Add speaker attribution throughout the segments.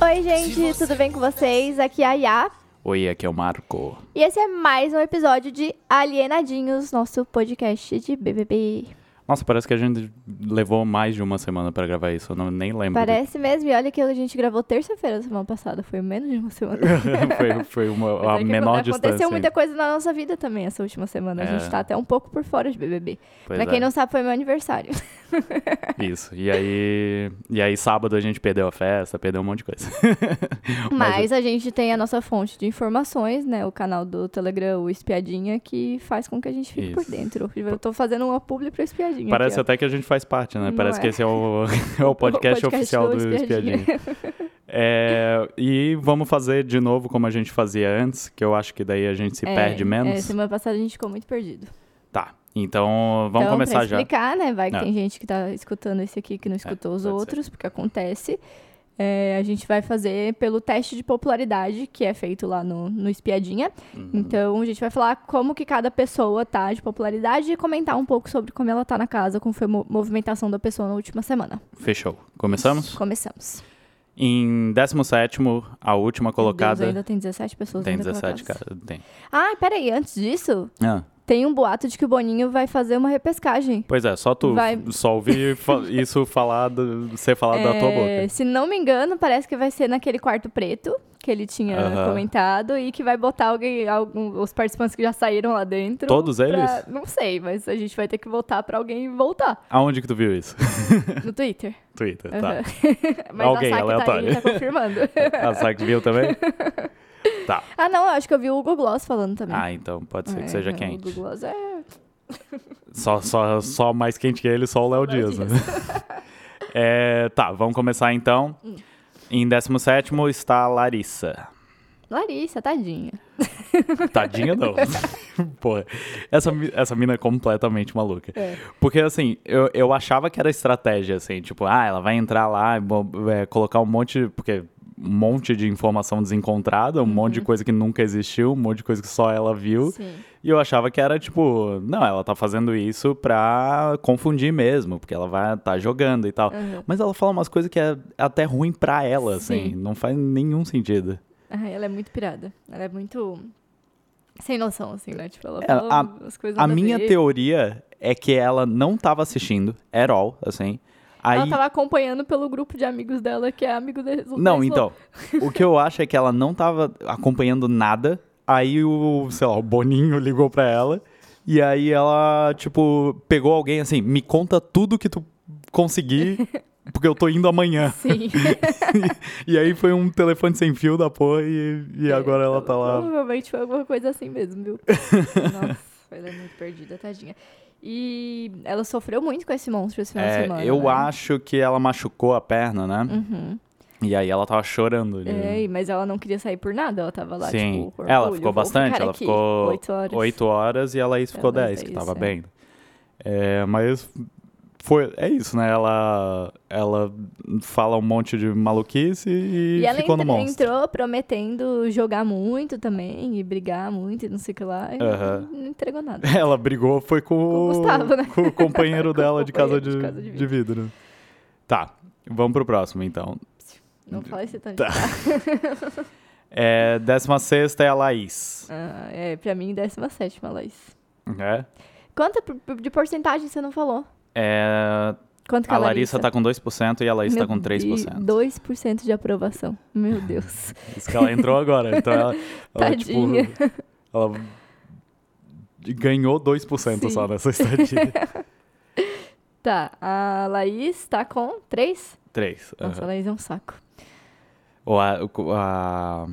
Speaker 1: Oi, gente, tudo bem com vocês? Aqui é a Yá.
Speaker 2: Oi, aqui é o Marco.
Speaker 1: E esse é mais um episódio de Alienadinhos, nosso podcast de BBB.
Speaker 2: Nossa, parece que a gente levou mais de uma semana pra gravar isso. Eu não, nem lembro.
Speaker 1: Parece mesmo, e olha que a gente gravou terça-feira da semana passada, foi menos de uma semana.
Speaker 2: foi foi uma,
Speaker 1: Mas é
Speaker 2: a
Speaker 1: que
Speaker 2: menor
Speaker 1: aconte-
Speaker 2: distância.
Speaker 1: Aconteceu muita coisa na nossa vida também essa última semana. A
Speaker 2: É.
Speaker 1: gente tá até um pouco por fora de BBB.
Speaker 2: Pois
Speaker 1: pra quem
Speaker 2: é,
Speaker 1: não sabe, foi meu aniversário.
Speaker 2: Isso. E aí, e aí, sábado a gente perdeu a festa, perdeu um monte de coisa.
Speaker 1: Mas a gente tem a nossa fonte de informações, né? O canal do Telegram, o Espiadinha, que faz com que a gente fique por
Speaker 2: Isso.
Speaker 1: dentro. Eu tô fazendo uma publi pro Espiadinha.
Speaker 2: Parece
Speaker 1: aqui, ó.
Speaker 2: até que a gente faz parte, né?
Speaker 1: Não
Speaker 2: Parece que
Speaker 1: é.
Speaker 2: esse é o, é o podcast,
Speaker 1: podcast
Speaker 2: oficial
Speaker 1: do
Speaker 2: do
Speaker 1: Espiadinha.
Speaker 2: Espiadinho. e vamos fazer de novo como a gente fazia antes, que eu acho que daí a gente se
Speaker 1: É,
Speaker 2: perde
Speaker 1: é,
Speaker 2: menos.
Speaker 1: semana passada a gente ficou muito perdido.
Speaker 2: Tá. Então, vamos
Speaker 1: então,
Speaker 2: começar
Speaker 1: pra
Speaker 2: já.
Speaker 1: explicar, né? Vai que
Speaker 2: É.
Speaker 1: tem gente que tá escutando esse aqui que não escutou os
Speaker 2: pode ser.
Speaker 1: outros, porque acontece. É, a gente vai fazer pelo teste de popularidade que é feito lá no, no Espiadinha.
Speaker 2: Uhum.
Speaker 1: Então a gente vai falar como que cada pessoa tá de popularidade e comentar um pouco sobre como ela tá na casa, como foi a mo- movimentação da pessoa na última semana.
Speaker 2: Fechou. Começamos?
Speaker 1: Começamos.
Speaker 2: Em 17, a última
Speaker 1: Meu Deus,
Speaker 2: colocada.
Speaker 1: ainda tem 17 pessoas
Speaker 2: Tem
Speaker 1: ainda colocadas.
Speaker 2: 17, cara. Tem.
Speaker 1: Ah, peraí, antes disso,
Speaker 2: Ah,
Speaker 1: tem um boato de que o Boninho vai fazer uma repescagem.
Speaker 2: pois é, só tu
Speaker 1: Vai-
Speaker 2: só ouvir fa- isso falar do- ser falado da tua
Speaker 1: É,
Speaker 2: boca.
Speaker 1: Se não me engano, parece que vai ser naquele quarto preto que ele tinha
Speaker 2: Aham.
Speaker 1: comentado e que vai botar alguém, algum, os participantes que já saíram lá dentro.
Speaker 2: Todos
Speaker 1: pra-
Speaker 2: eles?
Speaker 1: Não sei, mas a gente vai ter que voltar pra alguém voltar
Speaker 2: Aonde que tu viu isso?
Speaker 1: no Twitter.
Speaker 2: Twitter,
Speaker 1: Aham.
Speaker 2: tá.
Speaker 1: mas
Speaker 2: Alguém,
Speaker 1: a Saki tá, aí,
Speaker 2: aleatório.
Speaker 1: tá confirmando.
Speaker 2: A Saque viu também? Tá.
Speaker 1: ah, não, eu acho que eu vi o Hugo Gloss falando também.
Speaker 2: Ah, então pode ser que
Speaker 1: É,
Speaker 2: seja
Speaker 1: não, O Hugo
Speaker 2: quente.
Speaker 1: Gloss é
Speaker 2: Só, só, só mais quente que ele, só o Léo
Speaker 1: Léo
Speaker 2: Dias. né? É, tá, vamos começar então.
Speaker 1: Hum.
Speaker 2: Em 17 está a Larissa.
Speaker 1: Larissa, tadinha.
Speaker 2: Tadinha não. Porra, essa, mi- essa mina é completamente maluca.
Speaker 1: É.
Speaker 2: Porque, assim, eu, eu achava que era estratégia, assim, tipo, ah, ela vai entrar lá e bo- é, colocar um monte, porque um monte de informação desencontrada, um monte de coisa que nunca existiu, um monte de coisa que só ela viu.
Speaker 1: Uhum. Sim.
Speaker 2: E eu achava que era, tipo, não, ela tá fazendo isso pra confundir mesmo, porque ela vai tá jogando e tal.
Speaker 1: Uhum.
Speaker 2: Mas ela fala umas coisas que é até ruim pra ela,
Speaker 1: Sim.
Speaker 2: assim, não faz nenhum sentido.
Speaker 1: Ah, ela é muito pirada. Ela é muito sem noção, assim, né? Tipo, ela
Speaker 2: É,
Speaker 1: fala
Speaker 2: a-
Speaker 1: as coisas
Speaker 2: A
Speaker 1: nada
Speaker 2: minha
Speaker 1: ver.
Speaker 2: teoria é que ela não tava assistindo at all, assim. Aí...
Speaker 1: Ela tá tava acompanhando pelo grupo de amigos dela, que é amigo da Resol-
Speaker 2: Não,
Speaker 1: da Resol-
Speaker 2: então. o que eu acho é que ela não tava acompanhando nada. Aí o, sei lá, o Boninho ligou pra ela. E aí ela, tipo, pegou alguém assim: me conta tudo que tu conseguir, porque eu tô indo amanhã.
Speaker 1: Sim.
Speaker 2: E aí foi um telefone sem fio da porra e, e agora ela tá lá.
Speaker 1: Provavelmente foi alguma coisa assim mesmo, viu? Nossa, ela é muito perdida, tadinha. E ela sofreu muito com esse monstro esse final de semana.
Speaker 2: É, eu
Speaker 1: né?
Speaker 2: acho que ela machucou a perna, né?
Speaker 1: Uhum.
Speaker 2: E aí ela tava chorando. ali. né?
Speaker 1: É, e- mas ela não queria sair por nada, ela tava lá,
Speaker 2: Sim.
Speaker 1: tipo, com orgulho,
Speaker 2: ela ficou
Speaker 1: vou
Speaker 2: bastante,
Speaker 1: ficar
Speaker 2: ela
Speaker 1: aqui
Speaker 2: ficou
Speaker 1: oito horas.
Speaker 2: oito horas e a Laís ficou
Speaker 1: Ela é
Speaker 2: 10, que tava
Speaker 1: isso, é.
Speaker 2: bem. É, mas foi, é isso, né? Ela, ela fala um monte de maluquice e,
Speaker 1: E ela
Speaker 2: ficou
Speaker 1: entra-
Speaker 2: no monstro.
Speaker 1: entrou prometendo jogar muito também, e brigar muito, e não sei o que lá, e
Speaker 2: Aham.
Speaker 1: não- não entregou nada.
Speaker 2: Ela brigou, foi com,
Speaker 1: Com o Gustavo, né?
Speaker 2: com o companheiro
Speaker 1: Com o
Speaker 2: dela de, casa de,
Speaker 1: companheiro de casa de
Speaker 2: de vidro. Tá, vamos pro próximo então.
Speaker 1: Não fala isso também.
Speaker 2: Tá. É, décima sexta é a Laís.
Speaker 1: Ah, é, pra mim, 17, Laís.
Speaker 2: É,
Speaker 1: Quanto por- de porcentagem você não falou?
Speaker 2: É,
Speaker 1: Quanto que
Speaker 2: a Larissa tá com 2% e a Laís tá com 3%.
Speaker 1: 2% de aprovação. Meu Deus.
Speaker 2: Isso que ela entrou agora. Então ela, ela tipo,
Speaker 1: Tadinha.
Speaker 2: ela ganhou 2% só
Speaker 1: Sim.
Speaker 2: nessa estadia.
Speaker 1: Tá, a Laís tá com 3?
Speaker 2: 3.
Speaker 1: Nossa, a Laís é um saco.
Speaker 2: A, o- a,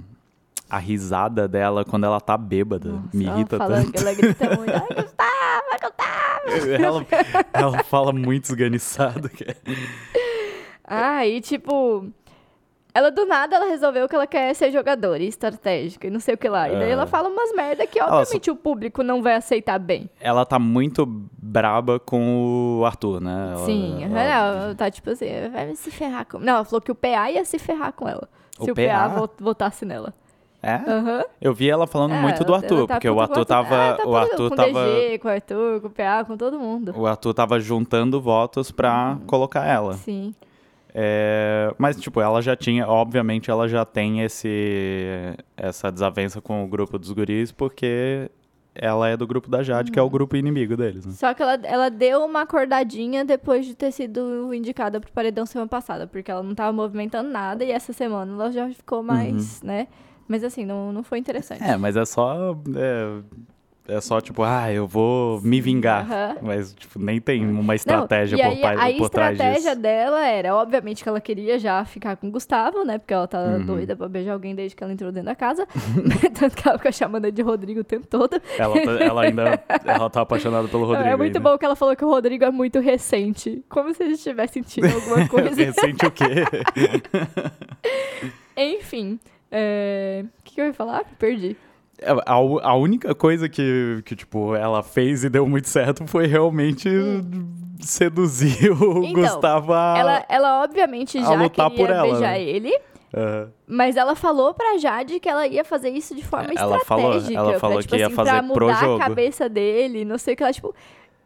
Speaker 2: a risada dela quando ela tá bêbada
Speaker 1: Nossa,
Speaker 2: me
Speaker 1: ela
Speaker 2: irrita
Speaker 1: fala,
Speaker 2: tanto.
Speaker 1: Ela grita muito. Ai, Gustavo,
Speaker 2: ela, ela fala muito esganiçado. que é-
Speaker 1: Ah, e tipo. Ela do nada ela resolveu que ela quer ser jogadora e estratégica e não sei o que lá. E daí
Speaker 2: É.
Speaker 1: ela fala umas merda que
Speaker 2: só-
Speaker 1: obviamente o público não vai aceitar bem.
Speaker 2: Ela tá muito braba com o Arthur, né? Ela-
Speaker 1: Sim,
Speaker 2: ela-
Speaker 1: ela, tá tipo assim, vai se ferrar com. Não, ela falou que o PA ia se ferrar com ela.
Speaker 2: O
Speaker 1: se o PA,
Speaker 2: PA?
Speaker 1: vo- votasse nela.
Speaker 2: É?
Speaker 1: Aham.
Speaker 2: Eu vi ela falando
Speaker 1: É,
Speaker 2: muito do
Speaker 1: ela- ela
Speaker 2: Arthur,
Speaker 1: tá
Speaker 2: porque
Speaker 1: puta
Speaker 2: o
Speaker 1: com
Speaker 2: Arthur tava.
Speaker 1: Ah, tá
Speaker 2: o
Speaker 1: puta
Speaker 2: Arthur
Speaker 1: com o
Speaker 2: tava.
Speaker 1: DG, com o Arthur, com o PA, com todo mundo. Uhum.
Speaker 2: O Arthur tava juntando votos pra colocar ela.
Speaker 1: Sim.
Speaker 2: É, mas, tipo, ela já tinha, obviamente, ela já tem esse, essa desavença com o grupo dos guris, porque ela é do grupo da Jade, que é o
Speaker 1: Uhum.
Speaker 2: grupo inimigo deles. né?
Speaker 1: Só que ela, ela deu uma acordadinha depois de ter sido indicada pro paredão semana passada, porque ela não tava movimentando nada e essa semana ela já ficou mais, né? Mas assim, não, não foi interessante.
Speaker 2: Uhum. É, mas é só. É, é só, tipo, ah, eu vou me vingar.
Speaker 1: Aham.
Speaker 2: Mas, tipo, nem tem uma
Speaker 1: Não,
Speaker 2: estratégia
Speaker 1: e
Speaker 2: por,
Speaker 1: aí,
Speaker 2: pai-
Speaker 1: A
Speaker 2: por trás
Speaker 1: estratégia
Speaker 2: disso.
Speaker 1: dela era, obviamente, que ela queria já ficar com o Gustavo, né? Porque ela tá
Speaker 2: Uhum.
Speaker 1: doida pra beijar alguém desde que ela entrou dentro da casa. Tanto que ela fica chamando ele de Rodrigo o tempo todo.
Speaker 2: Ela, tá- ela ainda ela tá apaixonada pelo Rodrigo.
Speaker 1: é muito
Speaker 2: ainda.
Speaker 1: bom que ela falou que o Rodrigo é muito recente. Como se a gente tivesse sentido alguma coisa.
Speaker 2: Recente o quê?
Speaker 1: Enfim. é, O que, que eu ia falar? Perdi.
Speaker 2: É, A, u- a única coisa que, que, tipo, ela fez e deu muito certo foi realmente seduzir o
Speaker 1: Hum. Então,
Speaker 2: Gustavo a...
Speaker 1: ela, ela, obviamente,
Speaker 2: a
Speaker 1: já
Speaker 2: lutar
Speaker 1: queria
Speaker 2: por ela,
Speaker 1: beijar
Speaker 2: né?
Speaker 1: ele.
Speaker 2: Aham.
Speaker 1: Mas ela falou pra Jade que ela ia fazer isso de forma
Speaker 2: Ela falou-
Speaker 1: estratégica.
Speaker 2: ela
Speaker 1: pra,
Speaker 2: falou
Speaker 1: tipo
Speaker 2: que ia
Speaker 1: assim,
Speaker 2: fazer
Speaker 1: pra
Speaker 2: pro
Speaker 1: mudar
Speaker 2: jogo.
Speaker 1: a cabeça dele, não sei o que ela, tipo...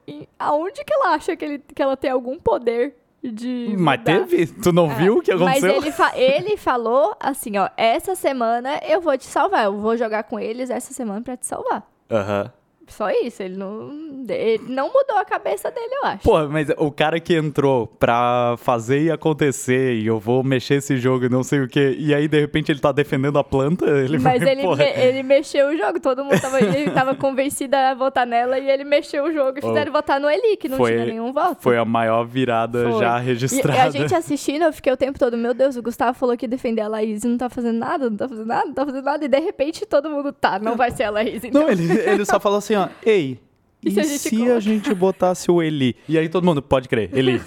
Speaker 1: e aonde que ela acha que, ele, que ela tem algum poder de
Speaker 2: Mas
Speaker 1: mudar?
Speaker 2: teve? Tu não viu o que aconteceu?
Speaker 1: Hum, tá. Ah, É, Mas ele, fa- ele falou assim, ó, essa semana eu vou te salvar, eu vou jogar com eles essa semana pra te salvar.
Speaker 2: Aham.
Speaker 1: Só isso, ele não, ele não mudou a cabeça dele, eu acho.
Speaker 2: Pô, mas o cara que entrou pra fazer e acontecer e eu vou mexer esse jogo e não sei o quê, e aí de repente ele tá defendendo a planta, ele
Speaker 1: Mas
Speaker 2: vai,
Speaker 1: ele,
Speaker 2: porra,
Speaker 1: me- ele mexeu o jogo, todo mundo tava, ele tava convencido a votar nela e ele mexeu o jogo e fizeram votar no Eli, que não
Speaker 2: Foi-
Speaker 1: tinha nenhum voto.
Speaker 2: foi a maior virada
Speaker 1: Foi.
Speaker 2: já
Speaker 1: E-
Speaker 2: registrada.
Speaker 1: E a gente assistindo, eu fiquei o tempo todo, meu Deus, o Gustavo falou que ia defender a Laís e não tá fazendo nada, não tá fazendo nada, não tá fazendo nada. E de repente todo mundo tá, não vai ser a Laís. Então,
Speaker 2: Não, ele, ele só falou assim, ó, ei, e,
Speaker 1: E se a gente
Speaker 2: se, a
Speaker 1: coloca?
Speaker 2: gente botasse o Eli? E aí todo mundo, pode crer, Eli.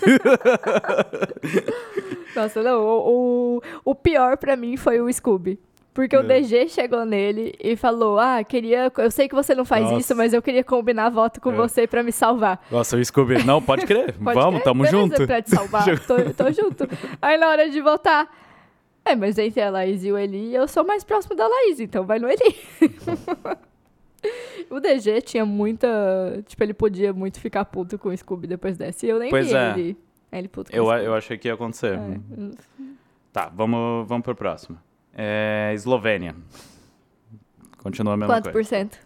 Speaker 1: nossa, não, o, o, o pior pra mim foi o Scooby. Porque
Speaker 2: É.
Speaker 1: o DG chegou nele e falou: Ah, queria. Eu sei que você não faz
Speaker 2: Nossa.
Speaker 1: isso, mas eu queria combinar voto com
Speaker 2: É.
Speaker 1: você pra me salvar.
Speaker 2: Nossa, o Scooby, não, pode crer,
Speaker 1: Pode
Speaker 2: vamos,
Speaker 1: crer,
Speaker 2: tamo
Speaker 1: beleza, tá.
Speaker 2: junto.
Speaker 1: Pra te salvar, tô, tô junto. Aí na hora de votar. É, mas entre a Laís e o Eli, eu sou mais próximo da Laís, então vai no Eli. o DG tinha muita. Tipo, ele podia muito ficar puto com o Scooby depois dessa. E eu nem
Speaker 2: Pois
Speaker 1: vi
Speaker 2: é.
Speaker 1: ele. É, ele puto com
Speaker 2: Eu,
Speaker 1: o
Speaker 2: a-
Speaker 1: Scooby.
Speaker 2: eu achei que ia acontecer.
Speaker 1: É.
Speaker 2: Tá, vamos, vamos pro próximo. É, Eslovênia. Continua a mesma
Speaker 1: Quanto por
Speaker 2: coisa.
Speaker 1: cento?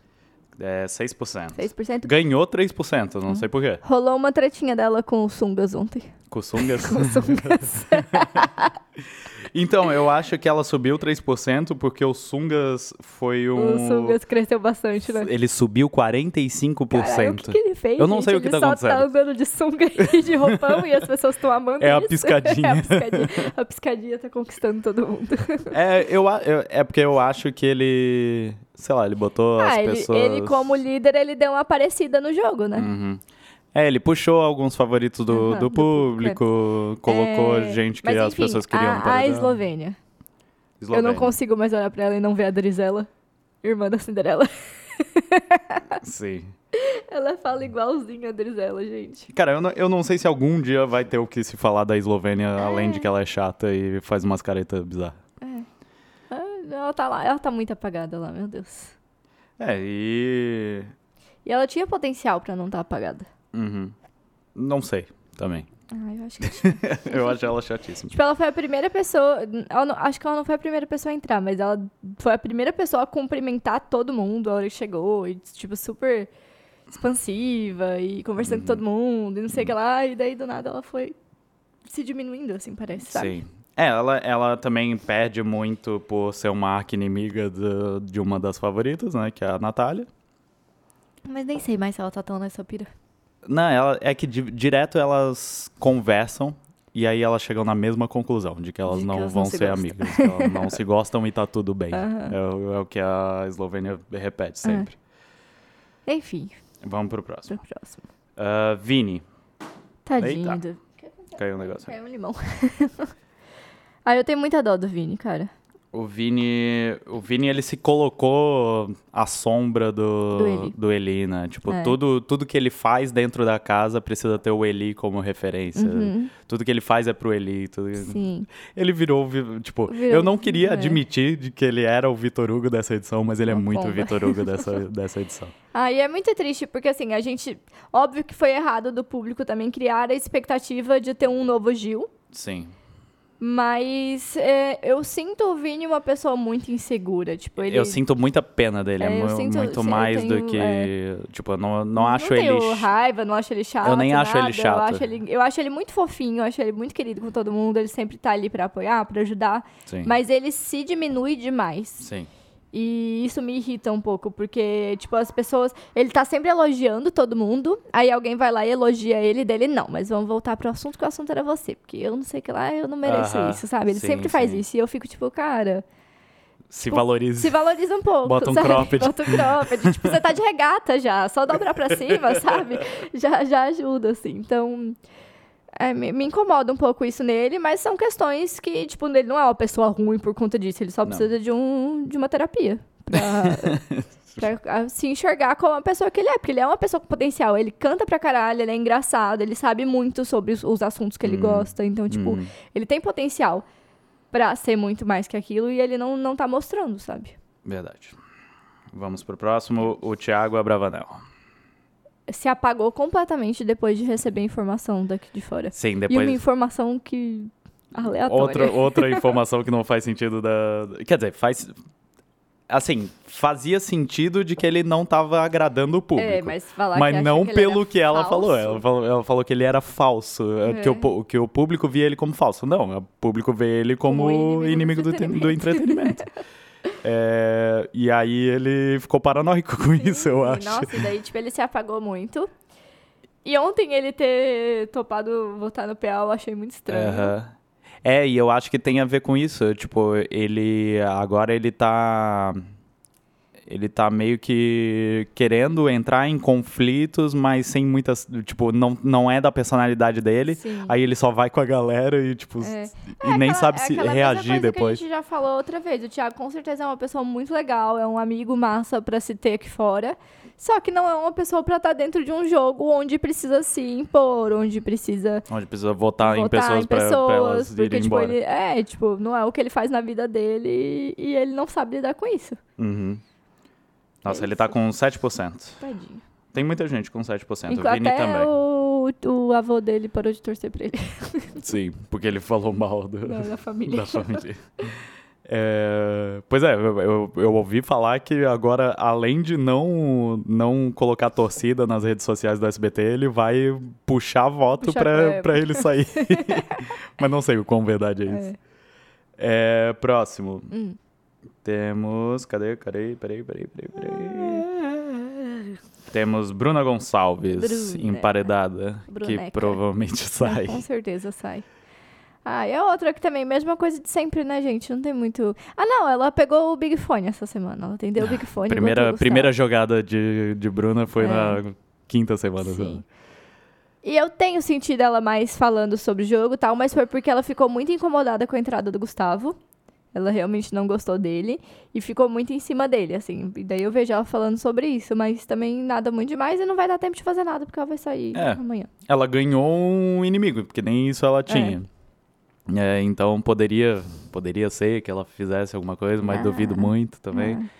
Speaker 2: É, 6%.
Speaker 1: 6%?
Speaker 2: Ganhou 3%,
Speaker 1: Hum.
Speaker 2: não sei porquê.
Speaker 1: Rolou uma tretinha dela com o Sungas ontem.
Speaker 2: Kussungas.
Speaker 1: Com o Sungas.
Speaker 2: então, eu acho que ela subiu 3% porque o Sungas foi um...
Speaker 1: o Sungas cresceu bastante, né?
Speaker 2: Ele subiu 45%.
Speaker 1: Caralho, o que, que ele fez?
Speaker 2: Eu não
Speaker 1: gente?
Speaker 2: sei o que
Speaker 1: ele
Speaker 2: tá
Speaker 1: Ele só tá
Speaker 2: acontecendo.
Speaker 1: andando de sunga e de roupão e as pessoas estão amando
Speaker 2: É a
Speaker 1: isso.
Speaker 2: piscadinha.
Speaker 1: é a piscadinha. A piscadinha tá conquistando todo mundo.
Speaker 2: É, eu, a- eu- é porque eu acho que ele. Sei lá, ele botou as
Speaker 1: ah, ele,
Speaker 2: pessoas.
Speaker 1: ele como líder, ele deu uma aparecida no jogo, né?
Speaker 2: Uhum. É, ele puxou alguns favoritos do,
Speaker 1: Aham,
Speaker 2: do
Speaker 1: do público,
Speaker 2: público, colocou
Speaker 1: É,
Speaker 2: gente que
Speaker 1: mas,
Speaker 2: as
Speaker 1: enfim,
Speaker 2: pessoas queriam
Speaker 1: a,
Speaker 2: parar.
Speaker 1: a Eslovênia. Eu
Speaker 2: Eslovênia.
Speaker 1: não consigo mais olhar pra ela e não ver a Drizella, irmã da Cinderela.
Speaker 2: Sim.
Speaker 1: Ela fala igualzinho a Drizella, gente.
Speaker 2: Cara, eu não, eu não sei se algum dia vai ter o que se falar da Eslovênia, além de que ela é chata e faz umas caretas bizarras.
Speaker 1: Ah, Ela tá lá, ela tá muito apagada lá, meu Deus.
Speaker 2: É, e.
Speaker 1: E ela tinha potencial pra não estar apagada.
Speaker 2: Uhum. Não sei também.
Speaker 1: Ah, eu acho que
Speaker 2: eu acho ela chatíssima.
Speaker 1: Tipo, ela foi a primeira pessoa. ela não- acho que ela não foi a primeira pessoa a entrar, mas ela foi a primeira pessoa a cumprimentar todo mundo a hora que chegou. E, tipo, super expansiva e conversando com todo mundo e não sei o que lá. E daí do nada ela foi se diminuindo, assim, parece, sabe?
Speaker 2: Sim. É, ela, ela também perde muito por ser uma arca inimiga de, de uma das favoritas, né? Que é a Natália.
Speaker 1: Mas nem sei mais se ela tá tão nessa pira.
Speaker 2: Não, ela, é que di- direto elas conversam e aí elas chegam na mesma conclusão, de que elas
Speaker 1: De que
Speaker 2: não
Speaker 1: elas
Speaker 2: vão
Speaker 1: não se
Speaker 2: ser
Speaker 1: gostam.
Speaker 2: amigas, que elas não se gostam e tá tudo bem.
Speaker 1: Aham. É.
Speaker 2: É, o- é o que a Eslovênia repete sempre.
Speaker 1: Enfim,
Speaker 2: Vamos pro próximo.
Speaker 1: pro próximo.
Speaker 2: Ah, Vini,
Speaker 1: Tadinho.
Speaker 2: Eita.
Speaker 1: do-
Speaker 2: caiu um negócio. aí.
Speaker 1: Caiu um limão. ah, eu tenho muita dó do Vini, cara.
Speaker 2: O Vini, o Vini, ele se colocou à sombra do,
Speaker 1: Do Eli.
Speaker 2: Eli, né? Tipo,
Speaker 1: É.
Speaker 2: tudo, tudo que ele faz dentro da casa precisa ter o Eli como referência.
Speaker 1: Uhum,
Speaker 2: Tudo que ele faz é pro Eli. tudo-
Speaker 1: sim.
Speaker 2: Ele virou, vi- tipo,
Speaker 1: Virou-
Speaker 2: eu não queria
Speaker 1: é.
Speaker 2: admitir de que ele era o Vitor Hugo dessa edição, mas ele é
Speaker 1: Uma
Speaker 2: muito
Speaker 1: pomba.
Speaker 2: Vitor Hugo dessa, dessa edição.
Speaker 1: Ah, e é muito triste, porque assim, a gente. Óbvio que foi errado do público também criar a expectativa de ter um novo Gil.
Speaker 2: Sim.
Speaker 1: Mas é, eu sinto o Vini uma pessoa muito insegura. Tipo, ele
Speaker 2: Eu sinto muita pena dele, é,
Speaker 1: É, eu
Speaker 2: mu-
Speaker 1: sinto-
Speaker 2: muito
Speaker 1: eu
Speaker 2: mais do
Speaker 1: tenho,
Speaker 2: que.
Speaker 1: é.
Speaker 2: Tipo, eu não, não acho
Speaker 1: não
Speaker 2: ele.
Speaker 1: tenho raiva, não acho ele chato.
Speaker 2: Eu nem acho ele
Speaker 1: nada,
Speaker 2: chato.
Speaker 1: Eu acho ele, eu acho ele muito fofinho, eu acho ele muito querido com todo mundo. Ele sempre tá ali pra apoiar, pra ajudar.
Speaker 2: Sim.
Speaker 1: Mas ele se diminui demais.
Speaker 2: Sim.
Speaker 1: E isso me irrita um pouco, porque, tipo, as pessoas. Ele tá sempre elogiando todo mundo, aí alguém vai lá e elogia ele dele, não, mas vamos voltar pro assunto, que o assunto era você, porque eu não sei o que lá, eu não mereço
Speaker 2: Aham.
Speaker 1: isso, sabe? Ele
Speaker 2: Sim,
Speaker 1: sempre faz
Speaker 2: sim.
Speaker 1: isso, e eu fico tipo, cara,
Speaker 2: Se valorize.
Speaker 1: se valoriza um pouco.
Speaker 2: Bota um
Speaker 1: sabe?
Speaker 2: cropped.
Speaker 1: Bota um cropped. tipo, você tá de regata já, só dobrar pra cima, sabe? Já, já ajuda, assim. Então. é, me, me incomoda um pouco isso nele, mas são questões que, tipo, ele não é uma pessoa ruim por conta disso, ele só
Speaker 2: Não.
Speaker 1: precisa de, um, de uma terapia. Pra, pra, ah, se enxergar como a pessoa que ele é, porque ele é uma pessoa com potencial, ele canta pra caralho, ele é engraçado, ele sabe muito sobre os, os assuntos que ele
Speaker 2: Hum.
Speaker 1: gosta, então, tipo,
Speaker 2: Hum.
Speaker 1: ele tem potencial pra ser muito mais que aquilo e ele não, não tá mostrando, sabe?
Speaker 2: Verdade. Vamos pro próximo, o Thiago Abravanel.
Speaker 1: se apagou completamente depois de receber a informação daqui de fora.
Speaker 2: Sim,
Speaker 1: E uma
Speaker 2: depois.
Speaker 1: informação que. aleatória.
Speaker 2: Outra, outra informação que não faz sentido da. Quer dizer, faz. Assim, fazia sentido de que ele não tava agradando o público.
Speaker 1: É, mas falar
Speaker 2: Mas
Speaker 1: que acha que
Speaker 2: não
Speaker 1: ele é
Speaker 2: pelo
Speaker 1: era
Speaker 2: que ela
Speaker 1: falso.
Speaker 2: falou. ela falou. Ela falou que ele era falso. é, Que, o, pu- que o público via ele como falso. Não, o público vê ele como,
Speaker 1: Como inimigo
Speaker 2: inimigo,
Speaker 1: do
Speaker 2: do, te- do entretenimento. É, e aí ele ficou paranoico com isso, eu acho.
Speaker 1: Nossa, e daí, tipo, ele se apagou muito. E ontem ele ter topado votar no PA, eu achei muito estranho.
Speaker 2: Aham. É, e eu acho que tem a ver com isso. Tipo, ele. Agora ele tá. Ele tá meio que querendo entrar em conflitos, mas sem muitas. Tipo, não, não é da personalidade dele.
Speaker 1: Sim.
Speaker 2: Aí ele só vai com a galera e, tipo.
Speaker 1: É.
Speaker 2: E nem
Speaker 1: aquela-
Speaker 2: sabe
Speaker 1: é
Speaker 2: se
Speaker 1: aquela mesma
Speaker 2: reagir
Speaker 1: coisa
Speaker 2: depois.
Speaker 1: Que a gente já falou outra vez. O Thiago com certeza é uma pessoa muito legal, é um amigo massa pra se ter aqui fora. Só que não é uma pessoa pra estar dentro de um jogo onde precisa se impor, onde precisa
Speaker 2: Onde precisa votar, Ah, em
Speaker 1: votar
Speaker 2: pessoas,
Speaker 1: em
Speaker 2: pra- pra, elas
Speaker 1: pessoas,
Speaker 2: irem
Speaker 1: porque, tipo,
Speaker 2: embora.
Speaker 1: ele, é, tipo, não é o que ele faz na vida dele e, e ele não sabe lidar com isso.
Speaker 2: Uhum. Nossa,
Speaker 1: É
Speaker 2: ele tá com 7%.
Speaker 1: Tadinho.
Speaker 2: Tem muita gente com 7%.
Speaker 1: Enqu-
Speaker 2: o Vini
Speaker 1: até
Speaker 2: também.
Speaker 1: O, o avô dele parou de torcer pra ele,
Speaker 2: Sim, porque ele falou mal do,
Speaker 1: da, da família.
Speaker 2: da família. É, pois é, eu, eu- eu ouvi falar que agora, além de não, não colocar torcida nas redes sociais do SBT, ele vai puxar voto
Speaker 1: Puxar
Speaker 2: pra,
Speaker 1: pra-
Speaker 2: pra ele sair. Mas não sei o quão verdade é isso.
Speaker 1: É.
Speaker 2: É, próximo.
Speaker 1: Hum.
Speaker 2: Temos. Cadê? Cadê? Peraí, peraí, peraí, peraí. Temos Bruna Gonçalves,
Speaker 1: Bruna.
Speaker 2: emparedada, que
Speaker 1: Bruneca.
Speaker 2: provavelmente sai.
Speaker 1: Com certeza sai. Ah, e a outra que também, mesma coisa de sempre, né, gente? Não tem muito. Ah, não, ela pegou o Big Fone essa semana. Ela atendeu o Big Fone. e botou o
Speaker 2: Ah, Primeira,
Speaker 1: Gustavo.
Speaker 2: primeira jogada de, de Bruna foi
Speaker 1: É.
Speaker 2: na quinta semana.
Speaker 1: Sim.
Speaker 2: sei lá.
Speaker 1: E eu tenho sentido ela mais falando sobre o jogo e tal, mas foi porque ela ficou muito incomodada com a entrada do Gustavo. Ela realmente não gostou dele e ficou muito em cima dele, assim. E daí eu vejo ela falando sobre isso, mas também nada muito demais e não vai dar tempo de fazer nada porque ela vai sair
Speaker 2: É.
Speaker 1: amanhã.
Speaker 2: Ela ganhou um inimigo, porque nem isso ela tinha. É, então poderia, poderia ser que ela fizesse alguma coisa, mas
Speaker 1: Ah,
Speaker 2: duvido muito também.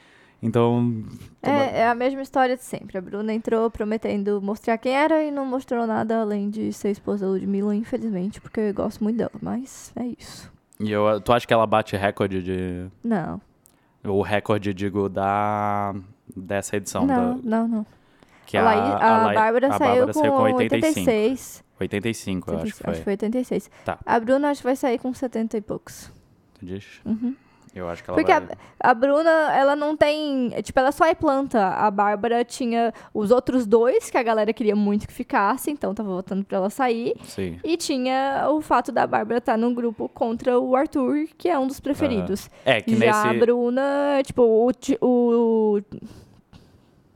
Speaker 2: Então. toma-
Speaker 1: É, é a mesma história de sempre. A Bruna entrou prometendo mostrar quem era e não mostrou nada além de ser esposa da Ludmilla, infelizmente, porque eu gosto muito dela, mas é isso.
Speaker 2: E eu, tu acha que ela bate recorde de.
Speaker 1: Não.
Speaker 2: O recorde, digo, da. Dessa edição.
Speaker 1: não,
Speaker 2: da-
Speaker 1: não, não.
Speaker 2: que
Speaker 1: a, Laís- a
Speaker 2: Lai-
Speaker 1: Bárbara
Speaker 2: a
Speaker 1: saiu
Speaker 2: Bárbara
Speaker 1: com, 86.
Speaker 2: 85, eu acho que foi.
Speaker 1: 86.
Speaker 2: Tá.
Speaker 1: A Bruna acho que vai sair com 70 e poucos.
Speaker 2: Tu diz?
Speaker 1: Uhum.
Speaker 2: Eu acho que ela
Speaker 1: Porque a,
Speaker 2: vai...
Speaker 1: a Bruna, ela não tem. é, Tipo, ela só é planta. A Bárbara tinha os outros dois que a galera queria muito que ficasse, então tava votando pra ela sair.
Speaker 2: Sim.
Speaker 1: E tinha o fato da Bárbara estar num grupo contra o Arthur, que é um dos preferidos.
Speaker 2: É, que
Speaker 1: Já a
Speaker 2: nesse.
Speaker 1: Bruna, tipo, o, ti- o.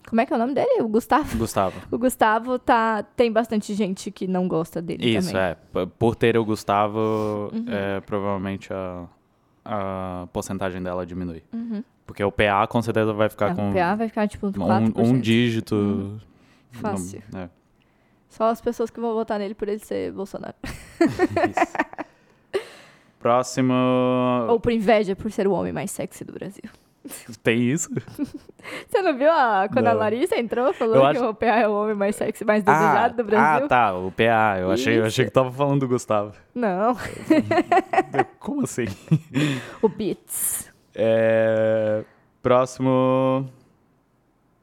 Speaker 1: Como é que é o nome dele? O Gustavo.
Speaker 2: Gustavo.
Speaker 1: O Gustavo tá. Tem bastante gente que não gosta dele
Speaker 2: Isso,
Speaker 1: também. Uhum.
Speaker 2: é. P- Por ter o Gustavo, é, provavelmente a, a porcentagem dela diminui. Porque o PA com certeza vai ficar com
Speaker 1: Uhum. É, o PA vai ficar, tipo,
Speaker 2: um,
Speaker 1: 4%.
Speaker 2: um dígito. no-
Speaker 1: Uhum. Fácil.
Speaker 2: é.
Speaker 1: Só as pessoas que vão votar nele por ele ser Bolsonaro.
Speaker 2: Isso. Próximo.
Speaker 1: Ou por inveja por ser o homem mais sexy do Brasil.
Speaker 2: Tem isso?
Speaker 1: Você não viu a, quando a
Speaker 2: Não.
Speaker 1: Larissa entrou falou
Speaker 2: Eu
Speaker 1: que
Speaker 2: acho-
Speaker 1: o PA é o homem mais sexy, mais desejado do Brasil?
Speaker 2: ah, tá, o PA. Eu achei, eu
Speaker 1: Isso.
Speaker 2: achei que tava falando do Gustavo.
Speaker 1: Não,
Speaker 2: Como assim?
Speaker 1: o Beats.
Speaker 2: É, Próximo.